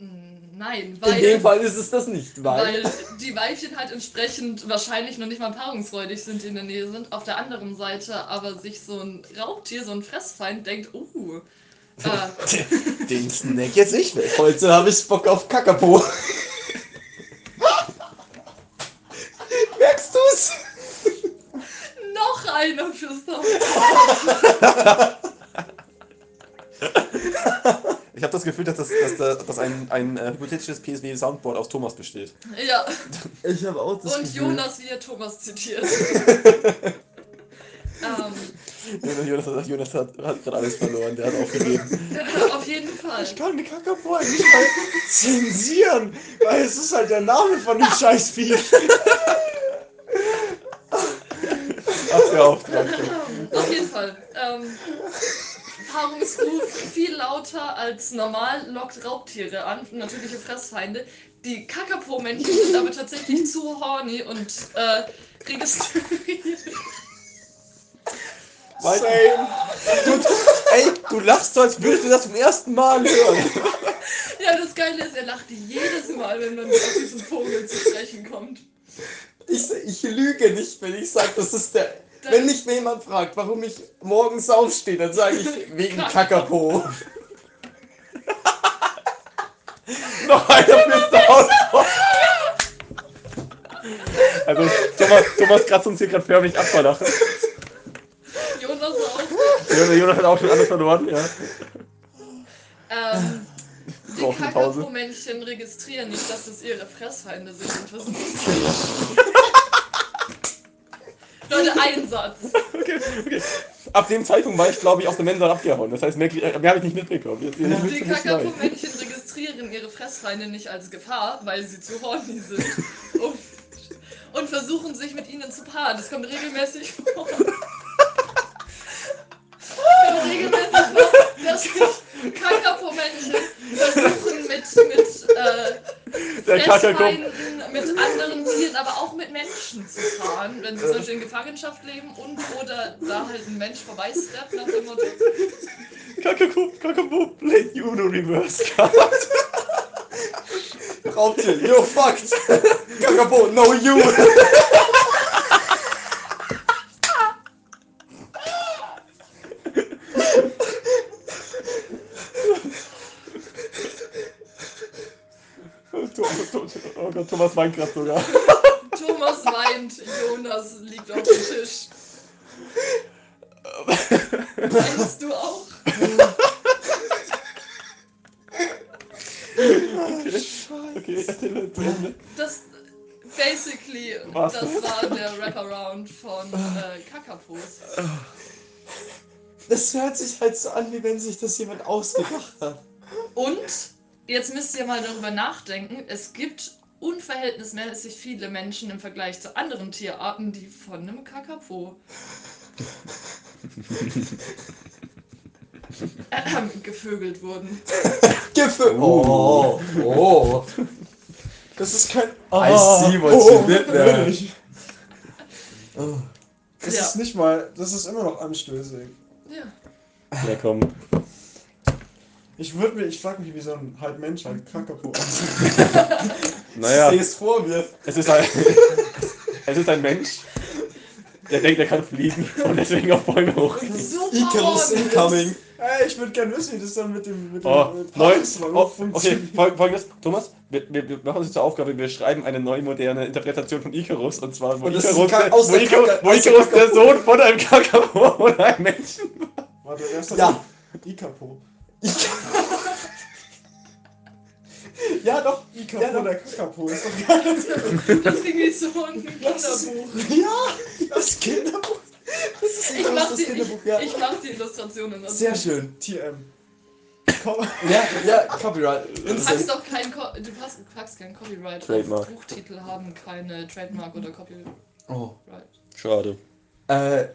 Mm, Nein,
In dem
weil,
Fall ist es das nicht, weil.
weil die Weibchen halt entsprechend wahrscheinlich noch nicht mal paarungsfreudig sind, die in der Nähe sind. Auf der anderen Seite aber sich so ein Raubtier, so ein Fressfeind denkt, oh, äh,
(laughs)
Den snack jetzt ich weg.
Heute habe ich Bock auf Kakapo. Merkst du's?
Noch einer fürs Dorf.
Ich habe das Gefühl, dass, das, dass, da- dass ein, ein äh, hypothetisches PSW-Soundboard aus Thomas besteht.
Ja,
Ich habe auch das
und
Gefühl.
Jonas, wie er Thomas
(laughs)
zitiert. (laughs) ähm,
Jonas, hat- Jonas hat, hat gerade alles verloren, der hat aufgegeben.
auf jeden Fall.
kann eine Kakapo nicht mal zensieren, weil es ist halt der Name von dem Scheißviech.
Hat der Auftrag.
Auf jeden Fall. Ähm, Paarungsruf viel lauter als normal lockt Raubtiere an, natürliche Fressfeinde. Die Kakapo-Männchen sind aber tatsächlich zu horny und äh, registrieren.
Same.
Ey, du lachst so, als würdest du das zum ersten Mal hören.
Ja, das Geile ist, er lacht jedes Mal, wenn man auf diesen Vogel zu sprechen kommt.
Ich, ich lüge nicht, wenn ich sage, das ist der.
Das-
wenn mich jemand fragt, warum ich morgens aufstehe, dann sage
(laughs)
ich wegen Kakapo.
(laughs) Noch einer fürs (laughs) Soundboard. Also, Thomas, Thomas kratzt uns hier gerade förmlich ab vor Lachen.
Jonas auch.
Jonas hat auch schon alles verloren, ja. (laughs)
Ähm, die
Brauchen eine Pause.
Kakapo-Männchen registrieren nicht, dass es ihre Fressfeinde sind und wissen nicht. (laughs) Leute, ein Satz.
Okay, okay. Ab dem Zeitpunkt war ich, glaube ich, auf der Mensa abgehauen. Das heißt, mehr, mehr habe ich nicht mitbekommen. Jetzt, jetzt
Die
müsst ihr nicht
Kakapo-Männchen registrieren ihre Fressfeinde nicht als Gefahr, weil sie zu
(laughs)
horny sind. Und, und versuchen sich mit ihnen zu paaren. Das kommt regelmäßig
(laughs)
vor. Kommt regelmäßig vor, dass sich Kakapo-Männchen versuchen mit, mit äh,
Der Kakapo.
Fressfeinden, mit anderen Tieren, aber auch mit Menschen zu fahren. kann, wenn sie zum Beispiel in Gefangenschaft leben und oder da halt ein Mensch vorbeisteppt nach dem Motto,
Kakakub, Kakabub, Blade Juno Reverse (laughs) Card.
Raubtier, you're
(laughs)
fucked! Kakapo, no you!
Thomas- Thomas- Oh Gott, Thomas Minecraft sogar.
Thomas weint, Jonas liegt auf dem Tisch. Weinst du auch?
Okay, erzähl zu Ende.
Das, basically,
Was?
das war der Wraparound von äh, Kakapos.
Das hört sich halt so an, wie wenn sich das jemand ausgedacht hat.
Und jetzt müsst ihr mal darüber nachdenken, es gibt unverhältnismäßig viele Menschen im Vergleich zu anderen Tierarten, die von einem Kakapo. Ahem, Ähm, gevögelt wurden.
Gipfel! Oh, oh.
Das ist kein.
I see what you did there.
Ah. Oh, wirklich.
oh.
Das
Ja.
ist nicht mal. Das ist immer noch anstößig.
Ja.
Ja, komm.
Ich würde mir. Ich frage mich, wie so ein halb Mensch, halb Kakapo aussieht.
Naja,
Ich seh's vor mir.
es ist ein, (laughs) es ist ein Mensch, der denkt, er kann fliegen und deswegen auf Bäume hoch.
Super
Icarus
Horn.
incoming.
Ey, ich würde gerne wissen, wie das dann mit dem. Mit
Oh,
dem äh,
neu,
Paarungsraum
oh, okay,
funktioniert.
fol- folgendes, Thomas, wir, wir, wir machen uns jetzt zur Aufgabe, wir schreiben eine neu moderne Interpretation von Icarus und zwar, wo
Und das ist
Icarus,
ein Ka-
der,
aus
wo
der
Icarus,
Kacke-
wo
aus der
Icarus der Sohn von einem (laughs) Kakao oder einem Menschen
Warte, wer ist das?
Ja.
Ikapo.
(laughs) Ja, doch.
Ikapo
Ja, doch.
oder Kakapo (laughs) ist doch gar nicht.
Das ist irgendwie so ein Kinderbuch.
Ja, das Kinderbuch. Das ist
Ich
Icarus,
mach,
das
die,
Kinderbuch, ja.
ich, ich mach die Illustrationen. Also Das
Sehr schön.
TM. Komm.
Ja, ja, Copyright.
Du
Instant.
packst doch kein, Co du packst, packst kein Copyright.
Trademark.
Auf Buchtitel haben keine Trademark oder Copyright.
Oh.
Schade.
Äh,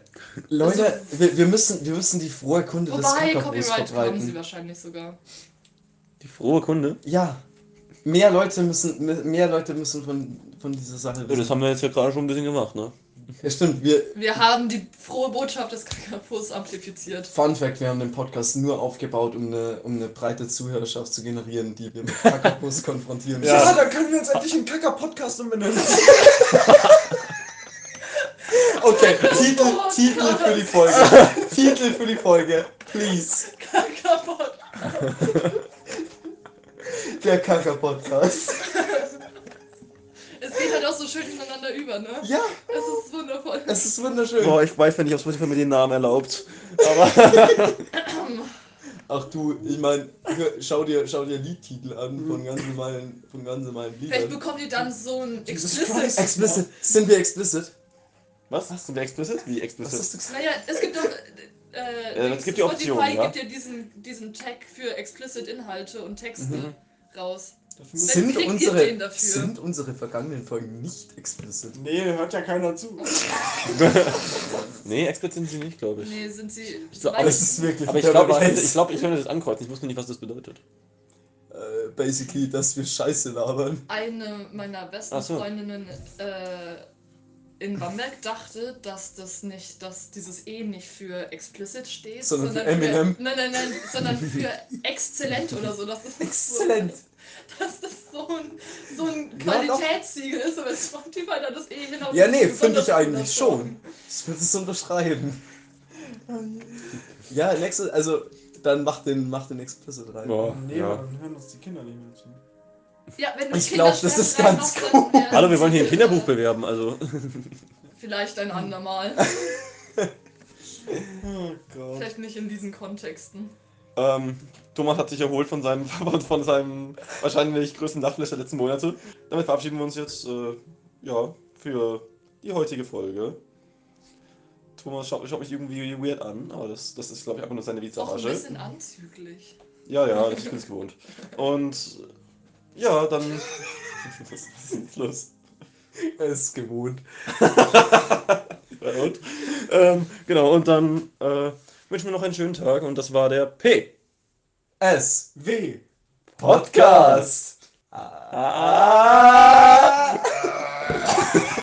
Leute, wir, wir, müssen, wir müssen die frohe Kunde
Wobei,
des Kakapos
Copyright haben sie
verbreiten.
wahrscheinlich sogar.
Die frohe Kunde?
Ja. Mehr Leute müssen, me- mehr Leute müssen von, von dieser Sache
Ja, das
wissen.
haben wir jetzt ja gerade schon ein bisschen gemacht, ne?
Ja, stimmt, wir,
Wir haben die frohe Botschaft des Kakapos amplifiziert. (laughs)
Fun Fact, wir haben den Podcast nur aufgebaut, um eine, um eine breite Zuhörerschaft zu generieren, die wir mit Kakapus (laughs) konfrontieren
Ja.
Ja.
da können wir uns endlich einen Kacker-Podcast umbenennen.
Okay, Titel, Titel für die Folge. Titel für die Folge. Please.
Kakapot.
Der Kaka-Podcast.
Es geht halt auch so schön ineinander über, ne?
Ja,
Es
(clears throat)
ist wundervoll.
es ist wunderschön.
Boah, ich weiß ja nicht, ob Spotify mir den Namen erlaubt. Aber
Ach du, ich meine, schau dir, schau dir Liedtitel an von ganz normalen, von ganz normalen
Vielleicht
Liedern.
bekommt ihr dann so ein
Jesus
explicit.
Christ.
Explicit. Sind wir explicit?
(laughs) was? Sind wir explicit? Wie
Was
explicit?
hast du gesagt?
Naja, es gibt doch. Äh,
Ja,
Dings,
es gibt die Option,
Spotify
ja.
gibt ja diesen, diesen Tag für explicit Inhalte und Texte
Mhm.
raus.
Dafür
Sind
kriegt ihr den
unsere,
dafür?
sind unsere vergangenen Folgen nicht explicit?
nee, hört ja keiner zu.
Nee, explicit sind sie nicht, glaube ich.
Nee, sind sie.
So, aber
Aber
Weil-
es ist wirklich
Aber ich
wer
glaube, ich, könnte-
weiß.
ich, glaub, ich könnte das ankreuzen. Ich wusste nicht, was das bedeutet.
äh, basically, dass wir Scheiße labern.
eine meiner besten
Ach so.
Freundinnen äh, in Bamberg dachte, dass das nicht, dass dieses E nicht für explicit steht,
Sondern für Eminem.
nein, nein, nein, sondern für exzellent oder so. Das ist
Exzellent.
So, dass das so ein, so ein
Ja, doch.
Qualitätssiegel ist, aber Spotify da das E hin auf
Ja,
das
nee, finde
besonders
ich eigentlich
runterschrauben.
schon. Ich würde es unterschreiben. Ja, nächstes, also dann mach den, mach den Explicit rein.
Boah,
Nee, aber
ja.
dann hören uns die Kinder nicht mehr zu.
Ja, wenn du
Ich glaub, das ist ganz
cool.
Hallo, wir wollen hier ein Kinderbuch bewerben, also.
Vielleicht ein
(laughs)
andermal.
Oh Gott.
Vielleicht nicht in diesen Kontexten.
(laughs) Ähm, Thomas hat sich erholt von seinem, (laughs) von seinem wahrscheinlich größten Lachflash der letzten Monate. Damit verabschieden wir uns jetzt, äh, ja, für die heutige Folge. Thomas schaut, schaut mich irgendwie weird an, aber das, das ist, glaube ich, einfach nur seine
Auch ein
Vizerage.
bisschen anzüglich.
Ja, ja, ich bin es gewohnt. Und ja, dann. (laughs) Was ist los?
Er ist gewohnt.
Ja, und? Ähm, genau, und dann äh, wünschen wir noch einen schönen Tag und das war der P.
S.
W.
Podcast.
Ah.